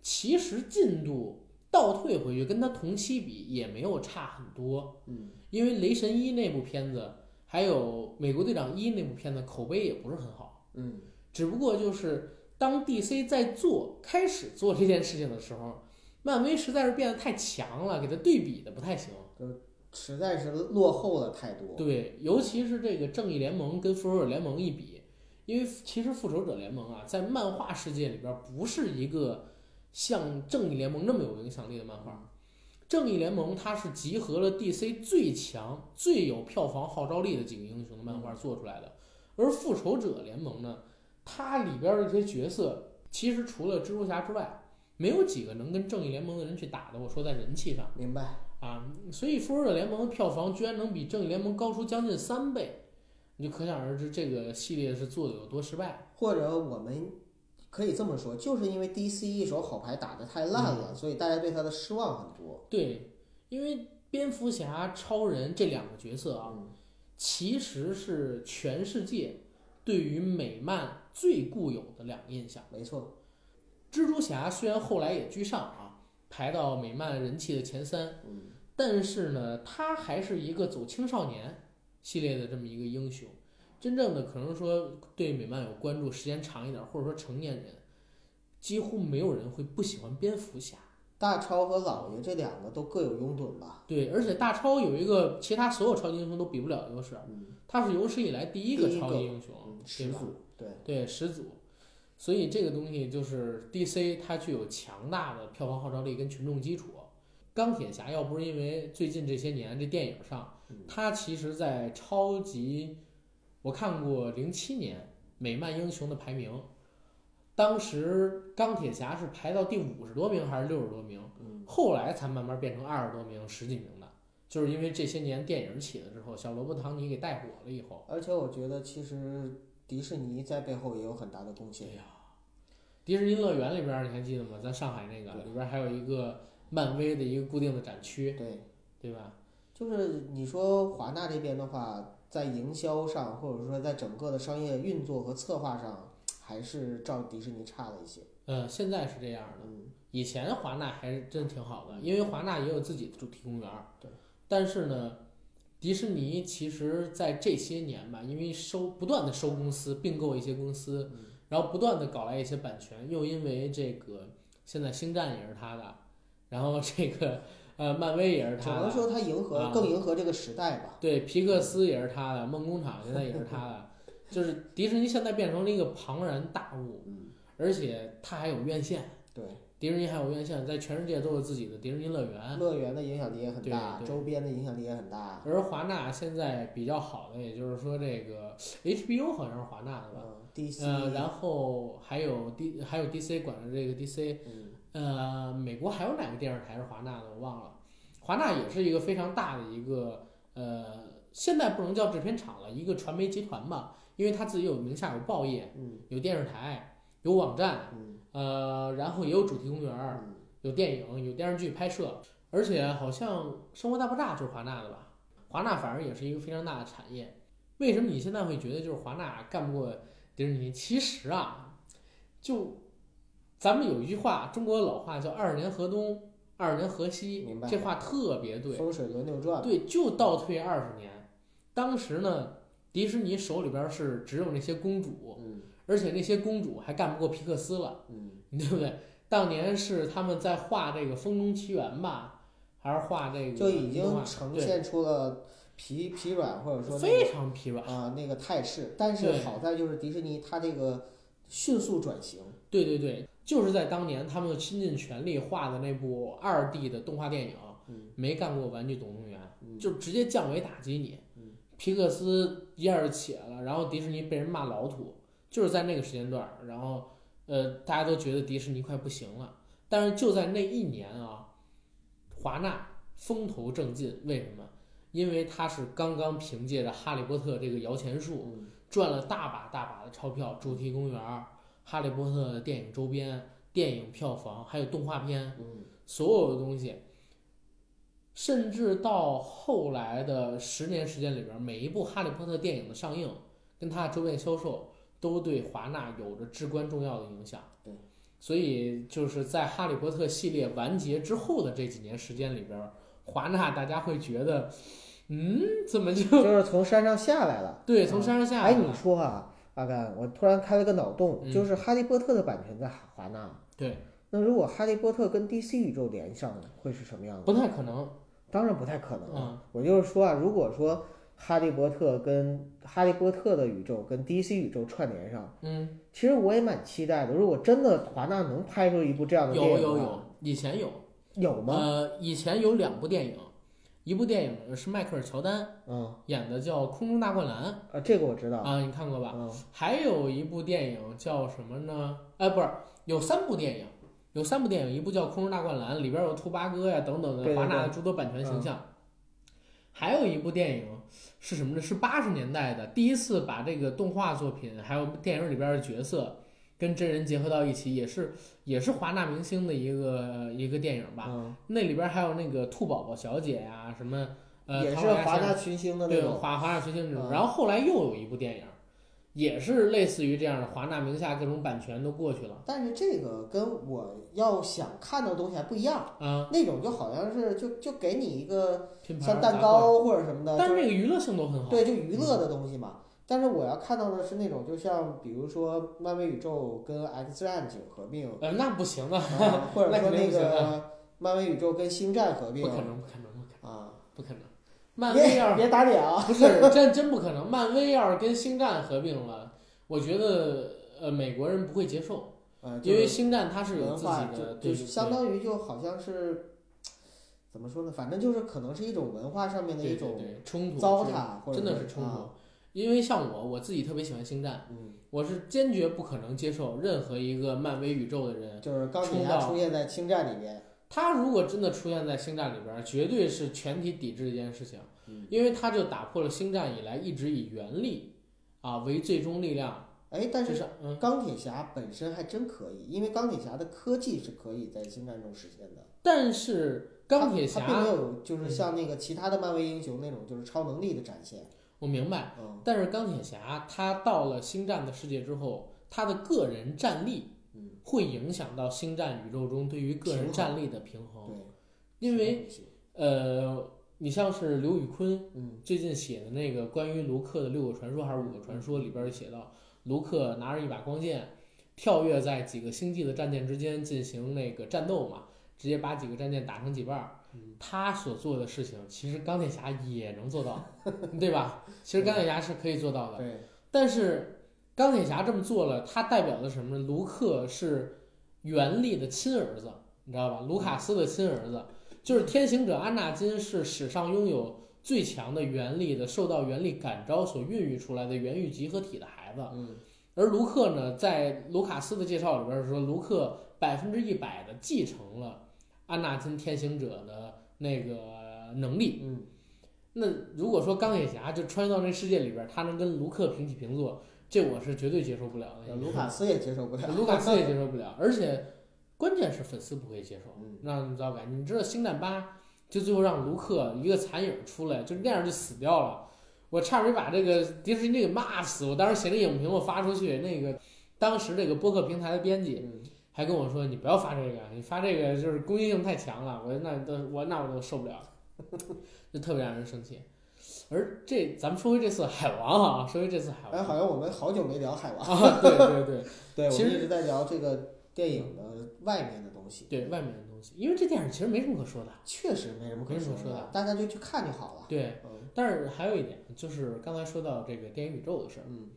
Speaker 1: 其实进度倒退回去，跟它同期比也没有差很多，
Speaker 2: 嗯，
Speaker 1: 因为雷神一那部片子，还有美国队长一那部片子口碑也不是很好。
Speaker 2: 嗯，
Speaker 1: 只不过就是当 DC 在做开始做这件事情的时候，漫威实在是变得太强了，给它对比的不太行。
Speaker 2: 实在是落后了太多。
Speaker 1: 对，尤其是这个正义联盟跟复仇者联盟一比，因为其实复仇者联盟啊，在漫画世界里边不是一个像正义联盟那么有影响力的漫画。正义联盟它是集合了 DC 最强、最有票房号召力的几个英雄的漫画做出来的，而复仇者联盟呢，它里边的这些角色其实除了蜘蛛侠之外，没有几个能跟正义联盟的人去打的。我说在人气上
Speaker 2: 明白？
Speaker 1: 啊，所以《复仇者联盟》的票房居然能比正义联盟高出将近三倍，你就可想而知这个系列是做的有多失败。
Speaker 2: 或者我们可以这么说，就是因为 DC 一手好牌打得太烂
Speaker 1: 嗯
Speaker 2: 了，所以大家对他的失望很多。
Speaker 1: 对，因为蝙蝠侠、超人这两个角色啊，
Speaker 2: 嗯，
Speaker 1: 其实是全世界对于美漫最固有的两个印象。
Speaker 2: 没错，
Speaker 1: 蜘蛛侠虽然后来也居上啊，排到美漫人气的前三，
Speaker 2: 嗯，
Speaker 1: 但是呢，他还是一个走青少年系列的这么一个英雄。真正的可能说对美漫有关注时间长一点，或者说成年人，几乎没有人会不喜欢蝙蝠侠。
Speaker 2: 大超和老爷这两个都各有拥趸吧？
Speaker 1: 对，而且大超有一个其他所有超级英雄都比不了的优势，
Speaker 2: 嗯，
Speaker 1: 他是有史以来第一个
Speaker 2: 第一个嗯
Speaker 1: 超级英雄，对
Speaker 2: 始
Speaker 1: 嗯吧？
Speaker 2: 祖，对，
Speaker 1: 对，始祖。所以这个东西就是 DC 它具有强大的票房号召力跟群众基础。钢铁侠要不是因为最近这些年这电影上
Speaker 2: 嗯，
Speaker 1: 它其实在超级，我看过零七年美漫英雄的排名，当时钢铁侠是排到第五十多名还是六十多名，
Speaker 2: 嗯，
Speaker 1: 后来才慢慢变成二十多名、十几名的，就是因为这些年电影起了之后，小罗伯特·唐尼给带火了以后，
Speaker 2: 而且我觉得其实迪士尼在背后也有很大的贡
Speaker 1: 哎
Speaker 2: 献。
Speaker 1: 呀，迪士尼乐园里边儿你还记得吗？咱上海那个
Speaker 2: 对
Speaker 1: 里边儿还有一个漫威的一个固定的展区，
Speaker 2: 对，
Speaker 1: 对吧？
Speaker 2: 就是你说华纳这边的话，在营销上，或者说在整个的商业运作和策划上，还是照迪士尼差了一些。
Speaker 1: 呃，现在是这样的。
Speaker 2: 嗯，
Speaker 1: 以前华纳还是真挺好的，因为华纳也有自己的主题公园儿。
Speaker 2: 对。
Speaker 1: 但是呢，迪士尼其实在这些年吧，因为收不断的收公司，并购一些公司，
Speaker 2: 嗯
Speaker 1: 然后不断的搞来一些版权，又因为这个现在星战也是他的，然后这个呃漫威也是
Speaker 2: 只
Speaker 1: 他的
Speaker 2: 能，说它迎合
Speaker 1: 啊
Speaker 2: 更迎合这个时代吧。
Speaker 1: 对，皮克斯也是他的，梦工厂现在也是他的，就是迪士尼现在变成了一个庞然大物，
Speaker 2: 嗯，
Speaker 1: 而且它还有院线，
Speaker 2: 对，
Speaker 1: 迪士尼还有院线，在全世界都有自己的迪士尼乐园。
Speaker 2: 乐园的影响力也很大，
Speaker 1: 啊对对
Speaker 2: 周边的影响力也很大。
Speaker 1: 而华纳现在比较好的，也就是说这个 HBO 好像是华纳的吧，
Speaker 2: 嗯，DC，
Speaker 1: 呃，然后还有 D 还有 DC 管着这个 DC，
Speaker 2: 嗯，
Speaker 1: 呃，美国还有哪个电视台是华纳的我忘了，华纳也是一个非常大的一个呃，现在不能叫制片厂了，一个传媒集团吧，因为它自己有名下有报业，
Speaker 2: 嗯
Speaker 1: 有电视台，有网站，
Speaker 2: 嗯
Speaker 1: 呃，然后也有主题公园儿，
Speaker 2: 嗯，
Speaker 1: 有电影，有电视剧拍摄，而且好像《生活大爆炸》就是华纳的吧？华纳反而也是一个非常大的产业。为什么你现在会觉得就是华纳干不过迪士尼？其实啊，就咱们有一句话，中国老话叫“二十年河东，二十年河西
Speaker 2: 明”，白
Speaker 1: 这话特别对。
Speaker 2: 风水轮流转。
Speaker 1: 对，就倒退二十年。当时呢，迪士尼手里边是只有那些公主，
Speaker 2: 嗯
Speaker 1: 而且那些公主还干不过皮克斯了。
Speaker 2: 嗯，
Speaker 1: 对不对？当年是他们在画这个《风中奇缘》吧，还是画这个
Speaker 2: 就已
Speaker 1: 动画
Speaker 2: 经呈
Speaker 1: 对
Speaker 2: 现出了疲疲软或者说那个
Speaker 1: 非常疲软。
Speaker 2: 啊、那个态势。但是
Speaker 1: 对
Speaker 2: 好在就是迪士尼它这个迅速转型，
Speaker 1: 对对对，就是在当年他们倾尽全力画的那部二 D 的动画电影，
Speaker 2: 嗯
Speaker 1: 没干过《玩具总动员》，
Speaker 2: 嗯
Speaker 1: 就直接降维打击你。
Speaker 2: 嗯
Speaker 1: 皮克斯一下就起来了，然后迪士尼被人骂老土，就是在那个时间段儿，然后呃，大家都觉得迪士尼快不行了，但是就在那一年啊，华纳风头正劲，为什么？因为他是刚刚凭借着《哈利波特》这个摇钱树
Speaker 2: 嗯
Speaker 1: 赚了大把大把的钞票，主题公园儿、哈利波特的电影周边、电影票房，还有动画 片，
Speaker 2: 嗯
Speaker 1: 所有的东西，甚至到后来的十年时间里边，每一部《哈利波特》电影的上映跟它的周边销售都对华纳有着至关重要的影响。
Speaker 2: 对，
Speaker 1: 所以就是在《哈利波特》系列完结之后的这几年时间里边，华纳大家会觉得，嗯，怎么就
Speaker 2: 就是从山上下来了。
Speaker 1: 对从山上下来
Speaker 2: 哎，你
Speaker 1: 了？
Speaker 2: 说啊，阿甘，我突然开了个脑洞，
Speaker 1: 嗯
Speaker 2: 就是《哈利波特》的版权在华纳。
Speaker 1: 对，
Speaker 2: 那如果《哈利波特》跟 DC 宇宙连上了，会是什么样
Speaker 1: 不
Speaker 2: 子？
Speaker 1: 太可能。
Speaker 2: 当然不太可能了。
Speaker 1: 嗯，
Speaker 2: 我就是说啊，如果说《哈利波特》跟《哈利波特》的宇宙跟 DC 宇宙串联上，
Speaker 1: 嗯，
Speaker 2: 其实我也蛮期待的。如果真的华纳能拍出一部这样的电影
Speaker 1: 有
Speaker 2: 的
Speaker 1: 有
Speaker 2: 话，
Speaker 1: 有，以前有，
Speaker 2: 有吗？
Speaker 1: 呃，以前有两部电影，一部电影是迈克尔乔丹。
Speaker 2: 嗯
Speaker 1: 演的叫《空中大灌篮》
Speaker 2: 啊，这个我知道。
Speaker 1: 呃啊，你看过吧？
Speaker 2: 嗯
Speaker 1: 还有一部电影叫什么呢？哎，不是，有三部电影，有三部电影，一部叫《空中大灌篮》，里边有兔八哥呀等等
Speaker 2: 对
Speaker 1: 的
Speaker 2: 对
Speaker 1: 华纳的
Speaker 2: 对嗯
Speaker 1: 诸多版权形象。还有一部电影是什么呢？是八十年代的，第一次把这个动画作品还有电影里边的角色跟真人结合到一起，也是也是华纳明星的一个一个电影吧。
Speaker 2: 嗯，
Speaker 1: 那里边还有那个兔宝宝小姐呀、什么呃，
Speaker 2: 也
Speaker 1: 唐
Speaker 2: 是
Speaker 1: 老鸭
Speaker 2: 华
Speaker 1: 先生
Speaker 2: 纳群星的那
Speaker 1: 对
Speaker 2: 种，
Speaker 1: 华华纳群星这种。
Speaker 2: 嗯
Speaker 1: 然后后来又有一部电影，也是类似于这样的，华纳名下各种版权都过去了
Speaker 2: 但是这个跟我要想看到的东西还不一样，
Speaker 1: 啊，
Speaker 2: 那种就好像是就就给你一个
Speaker 1: 拼盘
Speaker 2: 像
Speaker 1: 儿
Speaker 2: 蛋，糕或者什么的，
Speaker 1: 但
Speaker 2: 就是
Speaker 1: 这个娱乐性都很好。
Speaker 2: 对，就娱乐
Speaker 1: 嗯
Speaker 2: 的东西嘛。但是我要看到的是那种，就像比如说漫威宇宙跟 X 战警合 并，
Speaker 1: 呃，那不行啊，
Speaker 2: 啊、或者
Speaker 1: 那
Speaker 2: 说
Speaker 1: 肯定
Speaker 2: 那
Speaker 1: 不行
Speaker 2: 个漫威宇宙跟星战合并
Speaker 1: 不可能，不可能，不可能，
Speaker 2: 啊！
Speaker 1: 不可能。漫威要是
Speaker 2: 别别打脸啊！
Speaker 1: 不是真真不可能，漫威要是跟星战合并了，我觉得呃美国人不会接受，
Speaker 2: 呃，
Speaker 1: 因为
Speaker 2: 就是
Speaker 1: 星战它是有
Speaker 2: 文
Speaker 1: 自
Speaker 2: 化
Speaker 1: 己的，
Speaker 2: 就
Speaker 1: 对
Speaker 2: 就
Speaker 1: 对
Speaker 2: 是
Speaker 1: 对
Speaker 2: 相当于就好像是怎么说呢？反正就是可能是一种文化上面的
Speaker 1: 对
Speaker 2: 一
Speaker 1: 对
Speaker 2: 种
Speaker 1: 对冲突
Speaker 2: 糟
Speaker 1: 是
Speaker 2: 蹋，或者
Speaker 1: 真的是
Speaker 2: 是
Speaker 1: 冲突
Speaker 2: 啊。
Speaker 1: 因为像我，我自己特别喜欢星战，
Speaker 2: 嗯，
Speaker 1: 我是坚决不可能接受任何一个漫威宇宙的人，
Speaker 2: 就是钢铁
Speaker 1: 冲
Speaker 2: 侠
Speaker 1: 到
Speaker 2: 出现在星战里边，
Speaker 1: 他如果真的出现在星战里边儿，绝对是全体抵制这件事情，
Speaker 2: 嗯，
Speaker 1: 因为他就打破了星战以来一直以原力啊为最终力量，
Speaker 2: 哎，但
Speaker 1: 就是是嗯，
Speaker 2: 钢铁侠本身还真可以，因为钢铁侠的科技是可以在星战中实现的。
Speaker 1: 但是钢铁
Speaker 2: 他并没
Speaker 1: 侠，
Speaker 2: 有就是像那个其他的漫威英雄那种就是超能力的展 现。
Speaker 1: 我明白，
Speaker 2: 嗯
Speaker 1: 但是钢铁侠他到了星战的世界之后，他的个人战力
Speaker 2: 嗯，
Speaker 1: 会影响到星战宇宙中对于个人战力的平衡，
Speaker 2: 对，
Speaker 1: 哦因为
Speaker 2: 是的
Speaker 1: 呃，你像是刘宇昆，
Speaker 2: 嗯
Speaker 1: 最近写的那个关于卢克的六个传说还是五个传说里边儿写到，卢克拿着一把光剑，跳跃在几个星际的战舰之间进行那个战斗嘛，直接把几个战舰打成几半儿
Speaker 2: 嗯。
Speaker 1: 他所做的事情，其实钢铁侠也能做到，对吧？其实钢铁侠是可以做到的，
Speaker 2: 对，
Speaker 1: 但是钢铁侠这么做了，他代表的什么呢？卢克是原力的亲儿子，你知道吧？卢卡斯的亲儿子，就是天行者安纳金是史上拥有最强的原力的，受到原力感召所孕育出来的原育集合体的孩子。
Speaker 2: 嗯
Speaker 1: 而卢克呢，在卢卡斯的介绍里边说，卢克百分之一百的继承了安纳金天行者的那个能力。
Speaker 2: 嗯，
Speaker 1: 那如果说钢铁侠就穿越到那世界里边儿，他能跟卢克平起平坐，这我是绝对接受不了的。
Speaker 2: 呃卢卡斯也接受不了。
Speaker 1: 卢卡 斯也接受不了，而且关键是粉丝不会接受，
Speaker 2: 嗯
Speaker 1: 让你知道吧？你知道星战八就最后让卢克一个残影出来，就那样就死掉了，我差点把这个迪士尼给骂死。我当时写那影评，我发出去，那个当时这个播客平台的编辑
Speaker 2: 嗯
Speaker 1: 还跟我说：“你不要发这个，你发这个就是攻击性太强了。”我说：“那都我那我都受不了， 就特别让人生气。”而这咱们说回这次海王啊，说回这次海
Speaker 2: 哎，
Speaker 1: 王
Speaker 2: 好像我们好久没聊海王，
Speaker 1: 啊， 对对对
Speaker 2: 对，我
Speaker 1: 其
Speaker 2: 们
Speaker 1: 实
Speaker 2: 一直在聊这个电影的外面的东西。
Speaker 1: 对，，外面的东西，因为这电影其实没什么可说的。
Speaker 2: 确实没什么可
Speaker 1: 没什么说
Speaker 2: 的
Speaker 1: 的，
Speaker 2: 大家就去看就好了。
Speaker 1: 对，
Speaker 2: 嗯
Speaker 1: 但是还有一点就是刚才说到这个电影宇宙的事儿，
Speaker 2: 嗯，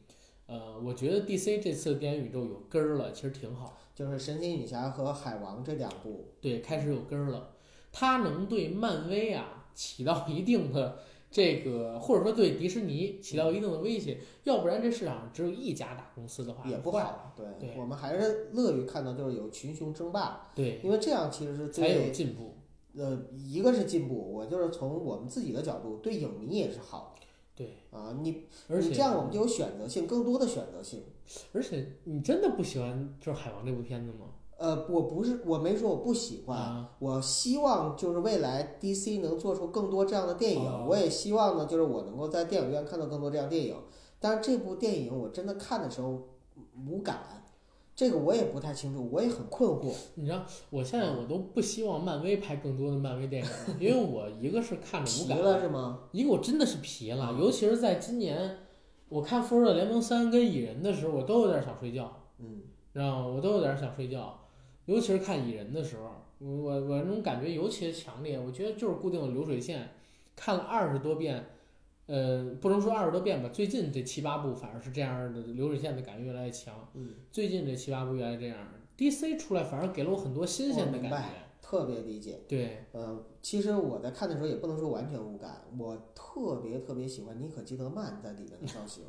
Speaker 1: 呃，我觉得 DC 这次电影宇宙有根儿了，其实挺好。
Speaker 2: 就是神奇女侠和海王这两部，
Speaker 1: 对，开始有根儿了，它能对漫威啊起到一定的这个，或者说对迪士尼起到一定的威胁，要不然这市场只有一家大公司的话
Speaker 2: 也不
Speaker 1: 坏
Speaker 2: 好。对，
Speaker 1: 对
Speaker 2: 我们还是乐于看到就是有群雄争霸，
Speaker 1: 对，
Speaker 2: 因为这样其实是
Speaker 1: 才
Speaker 2: 最
Speaker 1: 有进步。
Speaker 2: 呃，一个是进步，我就是从我们自己的角度对影迷也是好
Speaker 1: 对，
Speaker 2: 啊。你
Speaker 1: 而且
Speaker 2: 你这样我们就有选择性，更多的选择性。
Speaker 1: 而且你真的不喜欢就是海王这部片子吗？
Speaker 2: 呃，我不是我没说我不喜欢，
Speaker 1: 啊，
Speaker 2: 我希望就是未来 DC 能做出更多这样的电影，
Speaker 1: 哦
Speaker 2: 我也希望呢就是我能够在电影院看到更多这样的电影。但是这部电影我真的看的时候无感，这个我也不太清楚，我也很困惑。
Speaker 1: 你知道我现在我都不希望漫威拍更多的漫威电影了，因为我一个是看着无
Speaker 2: 皮
Speaker 1: 感，
Speaker 2: 了是啊吗？
Speaker 1: 因为我真的是疲了，尤其是在今年，我看《复仇者联盟三》跟《蚁人》的时候，我都有点想睡觉，
Speaker 2: 嗯，
Speaker 1: 知道吗？我都有点想睡觉，尤其是看《蚁人》的时候，我我我那种感觉尤其强烈。我觉得就是固定的流水线，看了二十多遍，呃，不能说二十多遍吧，最近这七八部反而是这样的流水线的感觉越来越强。
Speaker 2: 嗯，
Speaker 1: 最近这七八部越来越这样，DC 出来反而给了我很多新鲜的
Speaker 2: 哦我明
Speaker 1: 感
Speaker 2: 白
Speaker 1: 觉。
Speaker 2: 特别理解。
Speaker 1: 对，
Speaker 2: 呃，其实我在看的时候也不能说完全无感，我特别特别喜欢妮可基德曼在里面的造 型，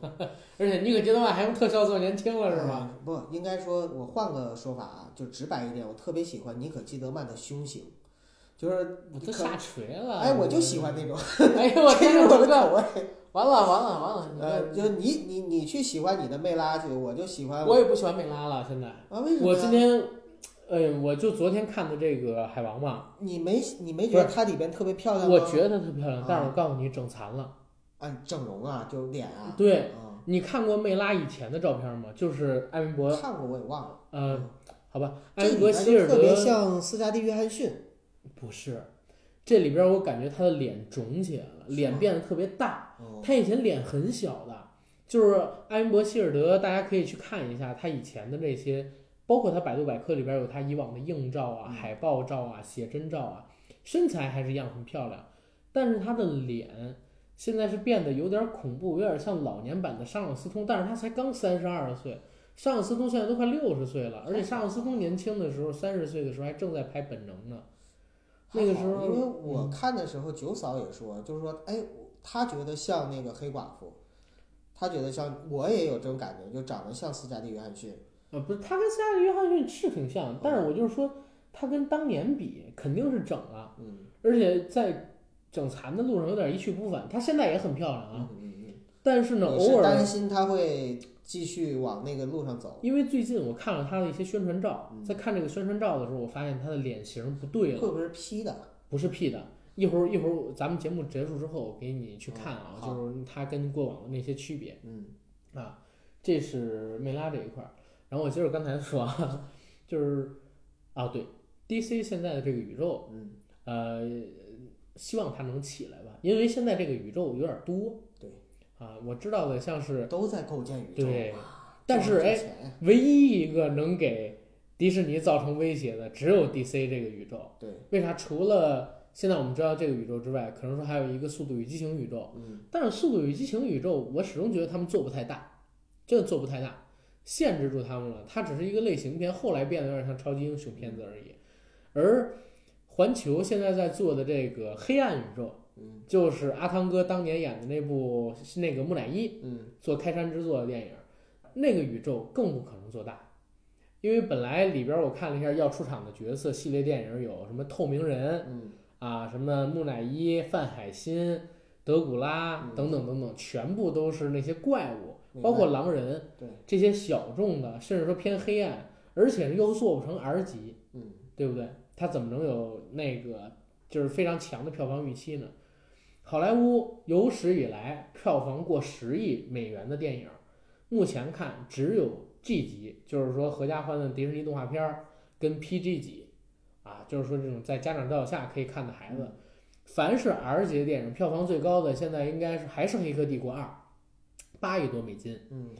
Speaker 1: 而且妮可基德曼还用特效做年轻了是吗？
Speaker 2: 呃不应该说，我换个说法啊，就直白一点，我特别喜欢妮可基德曼的胸型，就是
Speaker 1: 我都下垂了。
Speaker 2: 嗯哎，我就喜欢那种，
Speaker 1: 哎呦我
Speaker 2: 这
Speaker 1: 天
Speaker 2: 是
Speaker 1: 哪，
Speaker 2: 我的
Speaker 1: 整个
Speaker 2: 口味。
Speaker 1: 完了完了完了！你
Speaker 2: 呃，
Speaker 1: 这
Speaker 2: 就你你你去喜欢你的梅拉去，我就喜欢
Speaker 1: 我也不喜欢美拉了，现在。
Speaker 2: 啊，为什么
Speaker 1: 我
Speaker 2: 呀？
Speaker 1: 今天，哎，我就昨天看的这个《海王》嘛，
Speaker 2: 你没你没觉得
Speaker 1: 不
Speaker 2: 它里边特别漂亮吗？
Speaker 1: 我觉得她漂亮
Speaker 2: 啊，
Speaker 1: 但是我告诉你，整残了。
Speaker 2: 啊，整容啊，就脸啊，
Speaker 1: 对，
Speaker 2: 啊，
Speaker 1: 你看过梅拉以前的照片吗？就是艾文伯，
Speaker 2: 看过我也忘了。
Speaker 1: 呃，好吧，艾
Speaker 2: 嗯这
Speaker 1: 文伯
Speaker 2: 里边
Speaker 1: 希
Speaker 2: 就
Speaker 1: 尔
Speaker 2: 特别
Speaker 1: 德
Speaker 2: 像斯嘉丽·约翰逊，
Speaker 1: 不是，这里边我感觉她的脸肿起来了，脸变得特别大。
Speaker 2: 哦，
Speaker 1: 她以前脸很小的，就是艾文伯希尔德，大家可以去看一下她以前的那些，包括她百度百科里边有她以往的硬照啊、
Speaker 2: 嗯
Speaker 1: 海报照啊、写真照啊，身材还是一样很漂亮，但是她的脸。现在是变得有点恐怖，有点像老年版的沙朗斯通，但是她才刚三十二岁，沙朗斯通现在都快六十岁了，而且沙朗斯通年轻的时候，三十岁的时候还正在拍《本能》呢，那个时候
Speaker 2: 还好因为我
Speaker 1: 嗯
Speaker 2: 看的时候，九嫂也说，就是说，哎，她觉得像那个黑寡妇，她觉得像，我也有这种感觉，就长得像斯嘉丽·约翰逊。
Speaker 1: 呃，不是，他跟斯嘉丽·约翰逊是挺像，但是我就是说，他跟当年比肯定是整了，
Speaker 2: 嗯
Speaker 1: 而且在整残的路上有点一去不返。她现在也很漂亮啊，
Speaker 2: 嗯嗯
Speaker 1: 但是
Speaker 2: 嗯，
Speaker 1: 呢，
Speaker 2: 我是
Speaker 1: 偶尔
Speaker 2: 担心她会继续往那个路上走，
Speaker 1: 因为最近我看了她的一些宣传照
Speaker 2: 嗯，
Speaker 1: 在看这个宣传照的时候，我发现她的脸型不对啊
Speaker 2: 会
Speaker 1: 了，
Speaker 2: 不会是 P 的？
Speaker 1: 不是 P 的。一会儿一会儿咱们节目结束之后，我给你去看啊，
Speaker 2: 嗯好
Speaker 1: 就是她跟过往的那些区别。
Speaker 2: 嗯
Speaker 1: 啊，这是梅拉这一块儿。然后我接着刚才说，啊， 就是啊，对，DC 现在的这个宇宙，
Speaker 2: 嗯，
Speaker 1: 呃，希望它能起来吧，因为现在这个宇宙有点多。
Speaker 2: 对，
Speaker 1: 啊，我知道的像是，
Speaker 2: 都在构建宇宙。
Speaker 1: 对
Speaker 2: 哇
Speaker 1: 但是
Speaker 2: 这么
Speaker 1: 哎
Speaker 2: 值钱
Speaker 1: 唯一一个能给迪士尼造成威胁的只有 DC 这个宇宙。
Speaker 2: 对，
Speaker 1: 为啥？除了现在我们知道这个宇宙之外，可能说还有一个《速度与激情》宇宙。
Speaker 2: 嗯
Speaker 1: 但是《速度与激情》宇宙，我始终觉得他们做不太大，真的做不太大，限制住他们了。它只是一个类型片，后来变得有点像超级英雄片子而已。而环球现在在做的这个《黑暗宇宙》，
Speaker 2: 嗯
Speaker 1: 就是阿汤哥当年演的那部那个木乃伊
Speaker 2: 嗯
Speaker 1: 做开山之作的电影，那个宇宙更不可能做大，因为本来里边我看了一下要出场的角色系列电影有什么透明人，
Speaker 2: 嗯
Speaker 1: 啊，什么木乃伊、范海辛、德古拉
Speaker 2: 嗯
Speaker 1: 等等等等，全部都是那些怪物，
Speaker 2: 明
Speaker 1: 包括
Speaker 2: 白
Speaker 1: 狼人
Speaker 2: 对
Speaker 1: 这些小众的，甚至说偏黑暗，而且又做不成 R 级，
Speaker 2: 嗯
Speaker 1: 对不对？它怎么能有那个就是非常强的票房预期呢？好莱坞有史以来票房过十亿美元的电影，目前看只有 G 级，就是说合家欢的迪士尼动画片儿跟 PG 级，啊，就是说这种在家长指导下可以看的孩子，凡是 R 级的电影，票房最高的现在应该是还是《黑客帝国二》，八亿多美金。
Speaker 2: 嗯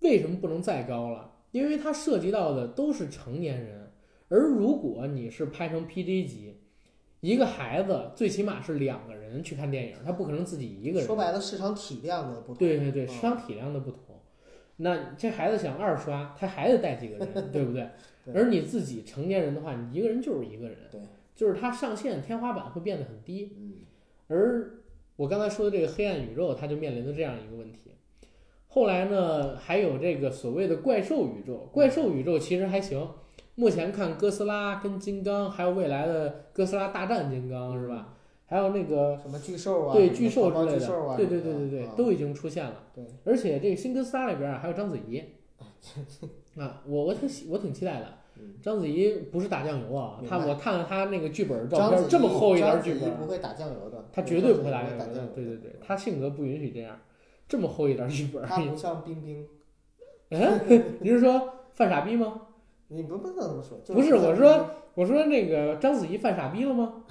Speaker 1: 为什么不能再高了？因为它涉及到的都是成年人，而如果你是拍成 PG 级，一个孩子最起码是两个人去看电影，他不可能自己一个人。
Speaker 2: 说白了，市场体量的不同。
Speaker 1: 对对对，市
Speaker 2: 嗯
Speaker 1: 场体量的不同。那这孩子想二刷，他还得带几个 人，对不对？
Speaker 2: 对
Speaker 1: 而你自己成年人的话，你一个人就是一个人，
Speaker 2: 对，
Speaker 1: 就是他上限天花板会变得很低。
Speaker 2: 嗯
Speaker 1: 而我刚才说的这个黑暗宇宙，它就面临着这样一个问题。后来呢，还有这个所谓的怪兽宇宙，怪兽宇宙其实还行。目前看哥斯拉跟金刚，还有未来的哥斯拉大战金刚是吧？还有那个
Speaker 2: 什么巨兽啊？
Speaker 1: 对
Speaker 2: 什么
Speaker 1: 巨兽
Speaker 2: 黄
Speaker 1: 之
Speaker 2: 毛
Speaker 1: 类
Speaker 2: 巨兽
Speaker 1: 的，
Speaker 2: 啊？
Speaker 1: 对对对对对
Speaker 2: 啊，
Speaker 1: 都已经出现了。
Speaker 2: 对，
Speaker 1: 而且这个新哥斯拉里边啊，还有章子 怡。啊，我我挺喜我挺期待的
Speaker 2: 嗯。
Speaker 1: 章子怡不是打酱油啊，
Speaker 2: 明白
Speaker 1: 她我看了她那个剧本照
Speaker 2: 章子
Speaker 1: 片，
Speaker 2: 怡
Speaker 1: 这么厚一
Speaker 2: 章
Speaker 1: 沓
Speaker 2: 子
Speaker 1: 剧
Speaker 2: 怡
Speaker 1: 本，
Speaker 2: 不会打酱油的，
Speaker 1: 他绝对不会打
Speaker 2: 打
Speaker 1: 酱油的
Speaker 2: 油。
Speaker 1: 对对对，他性格不允许这样，这么厚一点剧本儿。
Speaker 2: 他不像冰冰，
Speaker 1: 嗯，你是说犯傻逼吗？
Speaker 2: 你不不能这么说，就
Speaker 1: 不是
Speaker 2: 像
Speaker 1: 我说我说那个章子怡犯傻逼了吗？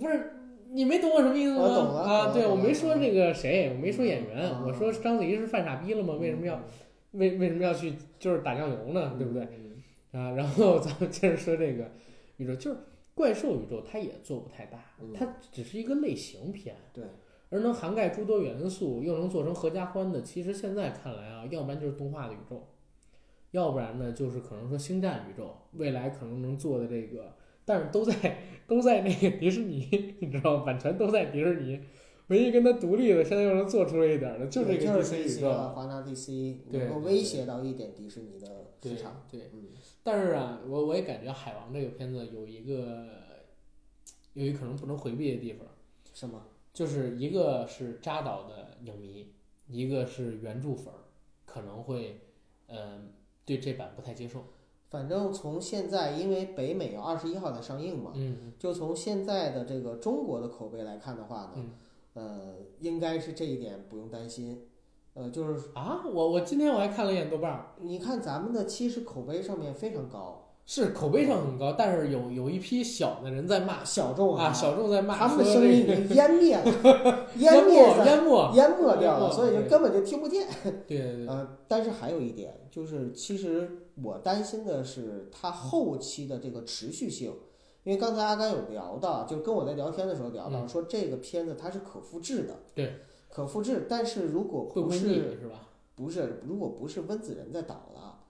Speaker 1: 不是，你没懂我什么意思吗？
Speaker 2: 我懂了懂
Speaker 1: 啊，
Speaker 2: 了
Speaker 1: 对
Speaker 2: 懂
Speaker 1: 我
Speaker 2: 了
Speaker 1: 没说那个谁，我没说演员，
Speaker 2: 嗯
Speaker 1: 我说章子怡是犯傻逼了吗？为什么要、为为什么要去就是打酱油呢？ 对不对？？
Speaker 2: 嗯
Speaker 1: 啊，然后咱们接着说这个宇宙，就是怪兽宇宙，它也做不太大，
Speaker 2: 嗯
Speaker 1: 它只是一个类型片，
Speaker 2: 对，
Speaker 1: 而能涵盖诸多元素，又能做成合家欢的，其实现在看来啊，要不然就是动画的宇宙，要不然呢就是可能说星战宇宙未来可能能做的这个，但是都在都在那个迪士尼， 你知道吗版权都在迪士尼，唯一跟它独立的现在又能做出来一点儿的，就这
Speaker 2: 对
Speaker 1: 个
Speaker 2: 就
Speaker 1: 迪
Speaker 2: 是
Speaker 1: 士尼宇
Speaker 2: 这些啊
Speaker 1: 宙。
Speaker 2: 华纳 DC
Speaker 1: 对
Speaker 2: 能够
Speaker 1: 对
Speaker 2: 威
Speaker 1: 对
Speaker 2: 胁到一点迪士尼的
Speaker 1: 对
Speaker 2: 市场。
Speaker 1: 对，
Speaker 2: 嗯，
Speaker 1: 但是啊，我我也感觉《海王》这个片子有一个有一可能不能回避的地方，
Speaker 2: 是吗？
Speaker 1: 就是一个是扎导的影迷，一个是原著粉儿，可能会嗯、呃对这版不太接受。
Speaker 2: 反正从现在，因为北美二十一号才上映嘛，
Speaker 1: 嗯，
Speaker 2: 就从现在的这个中国的口碑来看的话呢，
Speaker 1: 嗯
Speaker 2: 呃，应该是这一点不用担心。呃，就是
Speaker 1: 啊，我我今天我还看了一眼豆瓣儿，
Speaker 2: 你看咱们的其实口碑上面非常高，
Speaker 1: 是口碑上很高，但是有有一批小的人在骂
Speaker 2: 小众
Speaker 1: 啊，小众在骂，
Speaker 2: 他们的
Speaker 1: 说
Speaker 2: 声音已
Speaker 1: 这个
Speaker 2: 经淹灭了，
Speaker 1: 淹
Speaker 2: 灭
Speaker 1: 没
Speaker 2: 了，
Speaker 1: 淹没，
Speaker 2: 淹没掉
Speaker 1: 淹没
Speaker 2: 了，
Speaker 1: 了
Speaker 2: 所以就
Speaker 1: 对
Speaker 2: 根本就听不见。
Speaker 1: 对对对，
Speaker 2: 呃，但是还有一点就是，其实我担心的是它后期的这个持续性，因为刚才阿甘有聊到，就跟我在聊天的时候聊到，
Speaker 1: 嗯
Speaker 2: 说这个片子它是可复制的，
Speaker 1: 对，
Speaker 2: 可复制。但是如果
Speaker 1: 会不
Speaker 2: 不
Speaker 1: 会
Speaker 2: 是
Speaker 1: 腻是吧？
Speaker 2: 不是如果不是温子仁在导了，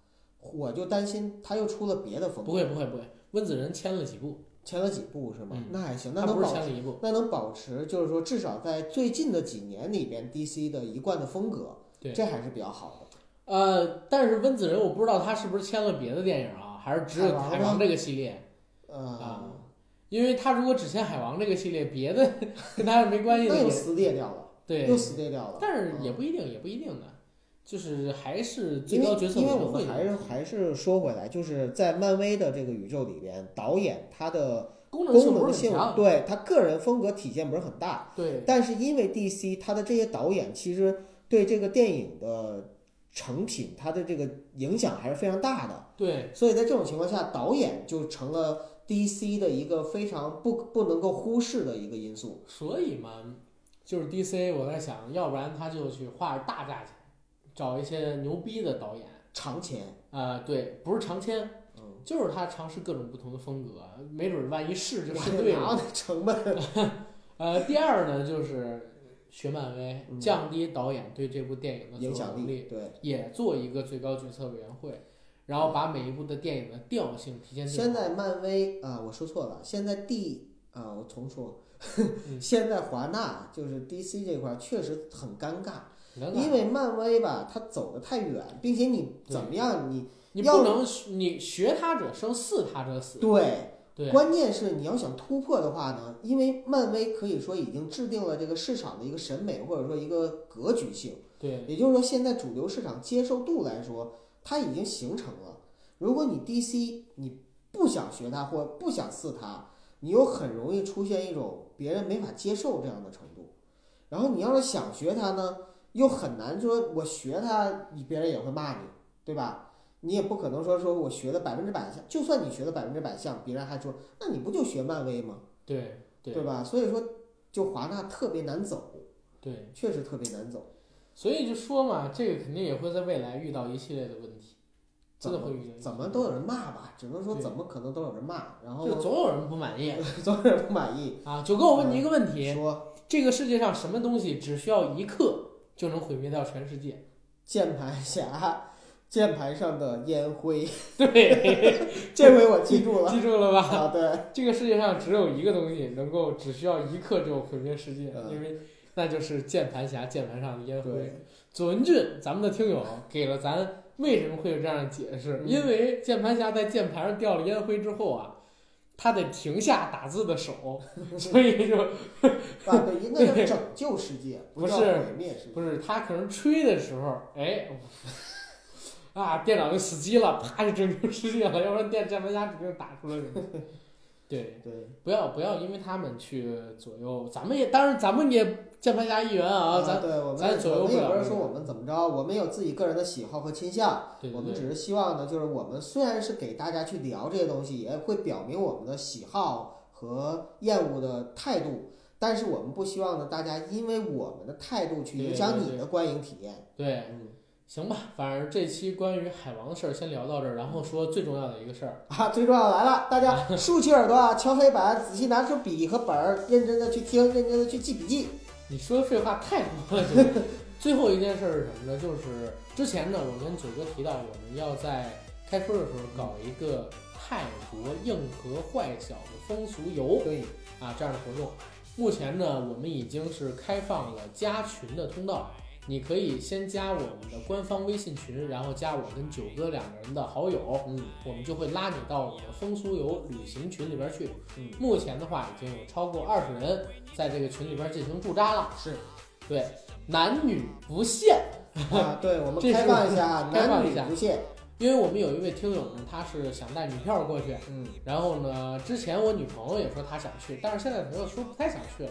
Speaker 2: 我就担心他又出了别的风格，
Speaker 1: 不会不会不会，温子仁签了几部，
Speaker 2: 前了几部是吗？
Speaker 1: 嗯
Speaker 2: 那还行，那
Speaker 1: 他
Speaker 2: 能
Speaker 1: 不是
Speaker 2: 保
Speaker 1: 签
Speaker 2: 持
Speaker 1: 了一部，
Speaker 2: 那能保持，就是说至少在最近的几年里边，DC 的一贯的风格，
Speaker 1: 对
Speaker 2: 这还是比较好的。
Speaker 1: 呃，但是温子仁我不知道他是不是签了别的电影啊，还是只有
Speaker 2: 海王
Speaker 1: 海王
Speaker 2: 吗
Speaker 1: 这个系列。
Speaker 2: 呃，
Speaker 1: 啊因为他如果只签海王这个系列，别的 跟他是没关系的
Speaker 2: 那
Speaker 1: 也
Speaker 2: 又撕裂掉了。
Speaker 1: 对
Speaker 2: 又，死对掉了。
Speaker 1: 但是也
Speaker 2: 嗯
Speaker 1: 不一定，也不一定的，就是还是最
Speaker 2: 因为
Speaker 1: 高决策
Speaker 2: 因
Speaker 1: 委
Speaker 2: 为
Speaker 1: 员
Speaker 2: 我
Speaker 1: 会
Speaker 2: 们
Speaker 1: 的
Speaker 2: 还是
Speaker 1: 问题
Speaker 2: 还是说回来，就是在漫威的这个宇宙里边，导演他的
Speaker 1: 功能性
Speaker 2: 功
Speaker 1: 不
Speaker 2: 能
Speaker 1: 是很
Speaker 2: 性
Speaker 1: 强，
Speaker 2: 对他个人风格体现不是很大，
Speaker 1: 对
Speaker 2: 但是因为 DC 他的这些导演其实对这个电影的成品，他的这个影响还是非常大的，
Speaker 1: 对
Speaker 2: 所以在这种情况下，导演就成了 DC 的一个非常不不能够忽视的一个因素。
Speaker 1: 所以嘛，就是 DC 我在想，要不然他就去花大价钱找一些牛逼的导演，
Speaker 2: 长钱，
Speaker 1: 啊，对，不是常签，
Speaker 2: 嗯，
Speaker 1: 就是他尝试各种不同的风格，没准万一试就试对
Speaker 2: 哪有
Speaker 1: 了。
Speaker 2: 那成本？
Speaker 1: 呃，第二呢就是学漫威，
Speaker 2: 嗯
Speaker 1: 降低导演对这部电影的
Speaker 2: 影
Speaker 1: 所有
Speaker 2: 响
Speaker 1: 能力
Speaker 2: 力，对。
Speaker 1: 也做一个最高决策委员会，然后把每一部的电影的调性提前定
Speaker 2: 现
Speaker 1: 好
Speaker 2: 在漫威啊、我说错了，现在 D 啊、我重说，
Speaker 1: 嗯
Speaker 2: 现在华纳就是 DC 这块儿确实很尴尬，
Speaker 1: 能
Speaker 2: 因
Speaker 1: 啊
Speaker 2: 为漫威吧，它走得太远，并且你怎么样，你
Speaker 1: 你
Speaker 2: 要
Speaker 1: 不能学你学他者生，似他者死。
Speaker 2: 对，
Speaker 1: 对，
Speaker 2: 关键是你要想突破的话呢，因为漫威可以说已经制定了这个市场的一个审美或者说一个格局性。
Speaker 1: 对，
Speaker 2: 也就是说，现在主流市场接受度来说，它已经形成了。如果你 DC 你不想学它或不想似它，你又很容易出现一种别人没法接受这样的程度。然后你要是想学它呢，又很难说我学它，你别人也会骂你，对吧？你也不可能说说我学的百分之百像，就算你学的百分之百像，别人还说那你不就学漫威吗？
Speaker 1: 对，对
Speaker 2: 对吧？所以说，就华纳特别难走，
Speaker 1: 对，
Speaker 2: 确实特别难走。
Speaker 1: 所以就说嘛，这个肯定也会在未来遇到一系列的问题，真的会遇到一系列。
Speaker 2: 怎么都有人骂吧，只能说
Speaker 1: 对
Speaker 2: 怎么可能都有人骂，然后
Speaker 1: 就总有人不满意
Speaker 2: 总有人不满意，
Speaker 1: 啊！九哥，我问你一个问题：
Speaker 2: 说
Speaker 1: 这个世界上什么东西只需要一克就能毁灭掉全世界？
Speaker 2: 键盘侠，键盘上的 烟灰，
Speaker 1: 对，
Speaker 2: 这回我记住了
Speaker 1: 记住了吧？
Speaker 2: 啊，对，
Speaker 1: 这个世界上只有一个东西能够只需要一刻就毁灭世界，
Speaker 2: 嗯
Speaker 1: 因为那就是键盘侠键盘上的烟灰。
Speaker 2: 对，
Speaker 1: 左文俊，咱们的听友给了咱为什么会有这样的解释，
Speaker 2: 嗯
Speaker 1: 因为键盘侠在键盘上掉了烟灰之后啊。他得停下打字的 手，所以就
Speaker 2: 啊对，应该叫拯救世 界，
Speaker 1: 不
Speaker 2: 叫
Speaker 1: 是
Speaker 2: 毁灭世界，
Speaker 1: 不是他可能吹的时候，哎，啊，电脑就死机了，啪就拯救世界了，要不然电键盘侠指定打出来什么。 对，
Speaker 2: 对，
Speaker 1: 不要不要，因为他们去左右，咱们也当然咱们也键盘侠一员啊，
Speaker 2: 啊，
Speaker 1: 咱
Speaker 2: 对我
Speaker 1: 咱
Speaker 2: 们
Speaker 1: 左
Speaker 2: 我
Speaker 1: 右
Speaker 2: 们
Speaker 1: 不
Speaker 2: 也
Speaker 1: 了
Speaker 2: 不是
Speaker 1: 这
Speaker 2: 说
Speaker 1: 个
Speaker 2: 我们怎么着，我们有自己个人的喜好和倾向，
Speaker 1: 对
Speaker 2: 我
Speaker 1: 对
Speaker 2: 们
Speaker 1: 对
Speaker 2: 只是希望呢，就是我们虽然是给大家去聊这些东西，也会表明我们的喜好和厌恶的态度，但是我们不希望呢，大家因为我们的态度去影响
Speaker 1: 对对对
Speaker 2: 你的观影体验。
Speaker 1: 对，
Speaker 2: 嗯
Speaker 1: 行吧，反正这期关于海王的事儿先聊到这儿，然后说最重要的一个事儿，
Speaker 2: 啊，最重要的来了，大 家竖起耳朵啊，敲黑板，仔细拿出笔和本儿，认真的去听，认真的去记笔记。
Speaker 1: 你说的废话太多了，这个最后一件事儿是什么呢？就是之前呢，我跟九哥提到，我们要在开春的时候搞一个泰国硬核坏小的风俗游
Speaker 2: 对，
Speaker 1: 啊这样的活动。目前呢，我们已经是开放了加群的通道，你可以先加我们的官方微信群，然后加我跟九哥两个人的好友，
Speaker 2: 嗯
Speaker 1: 我们就会拉你到我们的风俗游旅行群里边去。
Speaker 2: 嗯，
Speaker 1: 目前的话，已经有超过二十人在这个群里边进行驻扎了，
Speaker 2: 是
Speaker 1: 对，男女不限。
Speaker 2: 啊，对，我们
Speaker 1: 这是
Speaker 2: 开放一下啊，
Speaker 1: 开放
Speaker 2: 男
Speaker 1: 一
Speaker 2: 女
Speaker 1: 下
Speaker 2: 不限，
Speaker 1: 因为我们有一位听友呢，他是想带女票过去，
Speaker 2: 嗯，
Speaker 1: 然后呢，之前我女朋友也说她想去，但是现在朋友说不太想去了，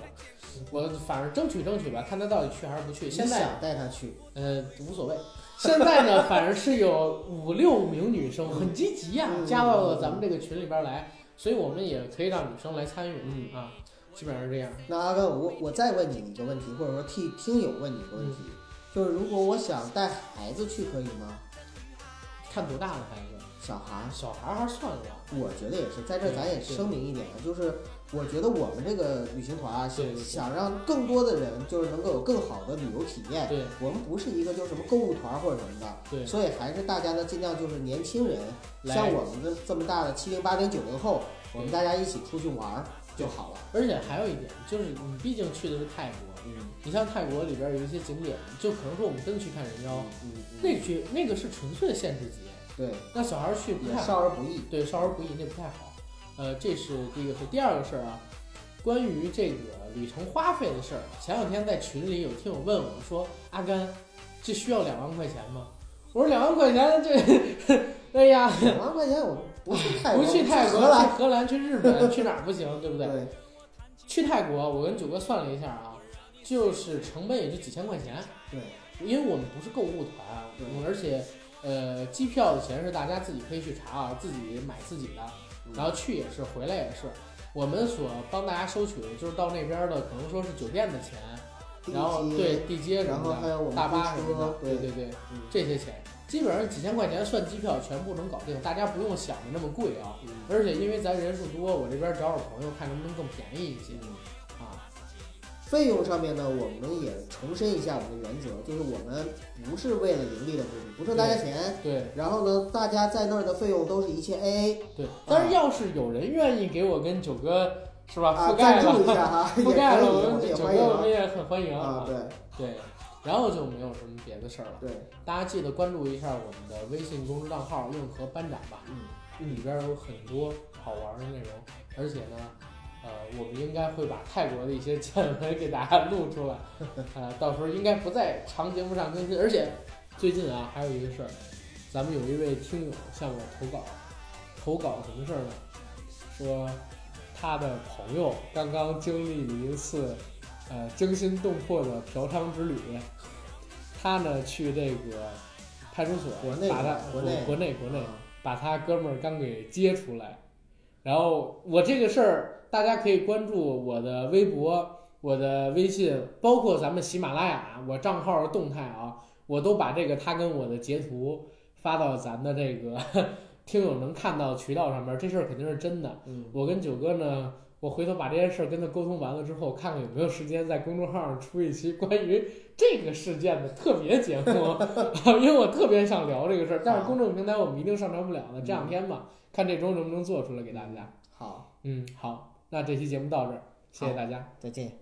Speaker 1: 我反正争取争取吧，看她到底去还是不去。
Speaker 2: 你
Speaker 1: 现在
Speaker 2: 想带他去，
Speaker 1: 呃无所谓，现在呢反正是有五六名女生很积极呀、
Speaker 2: 嗯
Speaker 1: 加到了咱们这个群里边来，所以我们也可以让女生来参与，
Speaker 2: 嗯
Speaker 1: 啊，基本上是这样。
Speaker 2: 那阿甘，我我再问你一个问题，或者说替听友问你一个问题，
Speaker 1: 嗯
Speaker 2: 就是如果我想带孩子去，可以吗？
Speaker 1: 看多大的孩子，
Speaker 2: 小孩儿，
Speaker 1: 小孩还是算了吧。
Speaker 2: 我觉得也是，在这儿咱也
Speaker 1: 对对
Speaker 2: 声明一点啊，就是我觉得我们这个旅行团啊，
Speaker 1: 对对对
Speaker 2: 是想让更多的人就是能够有更好的旅游体验。
Speaker 1: 对
Speaker 2: 我们不是一个就是什么购物团或者什么的，
Speaker 1: 对，
Speaker 2: 所以还是大家呢尽量就是年轻人，
Speaker 1: 来
Speaker 2: 像我们这这么大的七零八零九零后，我们
Speaker 1: 对
Speaker 2: 大家一起出去玩儿就好了。
Speaker 1: 而且还有一点就是，你毕竟去的是泰国。
Speaker 2: 嗯，
Speaker 1: 你像泰国里边有一些景点，就可能说我们真的去看人妖，
Speaker 2: 嗯嗯，
Speaker 1: 那去那个是纯粹限制级，
Speaker 2: 对，
Speaker 1: 那小孩去不
Speaker 2: 也
Speaker 1: 太好，
Speaker 2: 少儿不宜。
Speaker 1: 对少儿不宜那不太好。呃，这是第一个事，第二个事儿啊，关于这个旅程花费的事儿，啊前两天在群里有听友问我说，阿甘，这需要两万块钱吗？我说两万块钱这， 哎呀，
Speaker 2: 两万块钱我们不去泰国，
Speaker 1: 不去泰国，
Speaker 2: 荷兰
Speaker 1: 去，荷兰，去日本，去哪儿不行，对不对？
Speaker 2: 对，
Speaker 1: 去泰国，我跟九哥算了一下啊，就是成本也就几千块钱。
Speaker 2: 对，
Speaker 1: 因为我们不是购物团啊，
Speaker 2: 对
Speaker 1: 我们而且呃，机票的钱是大家自己可以去查啊，自己买自己的，
Speaker 2: 嗯
Speaker 1: 然后去也是，回来也是。我们所帮大家收取的就是到那边的，可能说是酒店的钱，
Speaker 2: 地
Speaker 1: 然后
Speaker 2: 基
Speaker 1: 对，地接什
Speaker 2: 然后
Speaker 1: 么
Speaker 2: 还
Speaker 1: 的，
Speaker 2: 有我们
Speaker 1: 大巴
Speaker 2: 租
Speaker 1: 什么
Speaker 2: 车
Speaker 1: 的，，对对
Speaker 2: 对，
Speaker 1: 对，
Speaker 2: 嗯
Speaker 1: 这些钱基本上几千块钱算机票全部能搞定，大家不用想的那么贵啊。
Speaker 2: 嗯
Speaker 1: 而且因为咱人数多，我这边找找朋友看能不能更便宜一些
Speaker 2: 嗯
Speaker 1: 啊。
Speaker 2: 费用上面呢，我们也重申一下我们的原则，就是我们不是为了盈利的目的，不挣大家钱。
Speaker 1: 对，
Speaker 2: 然后呢，大家在那儿的费用都是一切 AA
Speaker 1: 对，但是要是有人愿意给我跟九哥是吧
Speaker 2: 啊，
Speaker 1: 覆盖
Speaker 2: 赞
Speaker 1: 了
Speaker 2: 助一下哈， 也 可
Speaker 1: 覆
Speaker 2: 以，
Speaker 1: 盖了，
Speaker 2: 我
Speaker 1: 们
Speaker 2: 们也
Speaker 1: 九
Speaker 2: 欢迎
Speaker 1: 哥我们也很欢迎
Speaker 2: 啊。啊，对
Speaker 1: 对，然后就没有什么别的事儿了。
Speaker 2: 对，
Speaker 1: 大家记得关注一下我们的微信公众账号“硬核班长”吧，
Speaker 2: 嗯
Speaker 1: 里
Speaker 2: 嗯，
Speaker 1: 边有很多好玩的内容，而且呢。呃，我们应该会把泰国的一些见闻给大家录出来，呃，到时候应该不在长节目上更新。而且最近啊，还有一个事儿，咱们有一位听友向我投稿，投稿什么事儿呢？说他的朋友刚刚经历了一次呃惊心动魄的嫖娼之旅，他呢去这个派出所，
Speaker 2: 国内
Speaker 1: 把他
Speaker 2: 吧国内
Speaker 1: 国内国内把他哥们儿刚给接出来，然后我这个事儿大家可以关注我的微博、我的微信，包括咱们喜马拉雅我账号的动态啊，我都把这个他跟我的截图发到咱的这个 听友能看到渠道上面，这事儿肯定是真的。
Speaker 2: 嗯
Speaker 1: 我跟九哥呢，我回头把这件事儿跟他沟通完了之后，看看有没有时间在公众号上出一期关于这个事件的特别节目， 因为我特别想聊这个事儿，但是
Speaker 2: 好
Speaker 1: 公众平台我们一定上传不了的，这两
Speaker 2: 嗯
Speaker 1: 天吧，看这周能不能做出来给大家。
Speaker 2: 好，
Speaker 1: 嗯，好，那这期节目到这儿，谢谢
Speaker 2: 好
Speaker 1: 大家。
Speaker 2: 再见。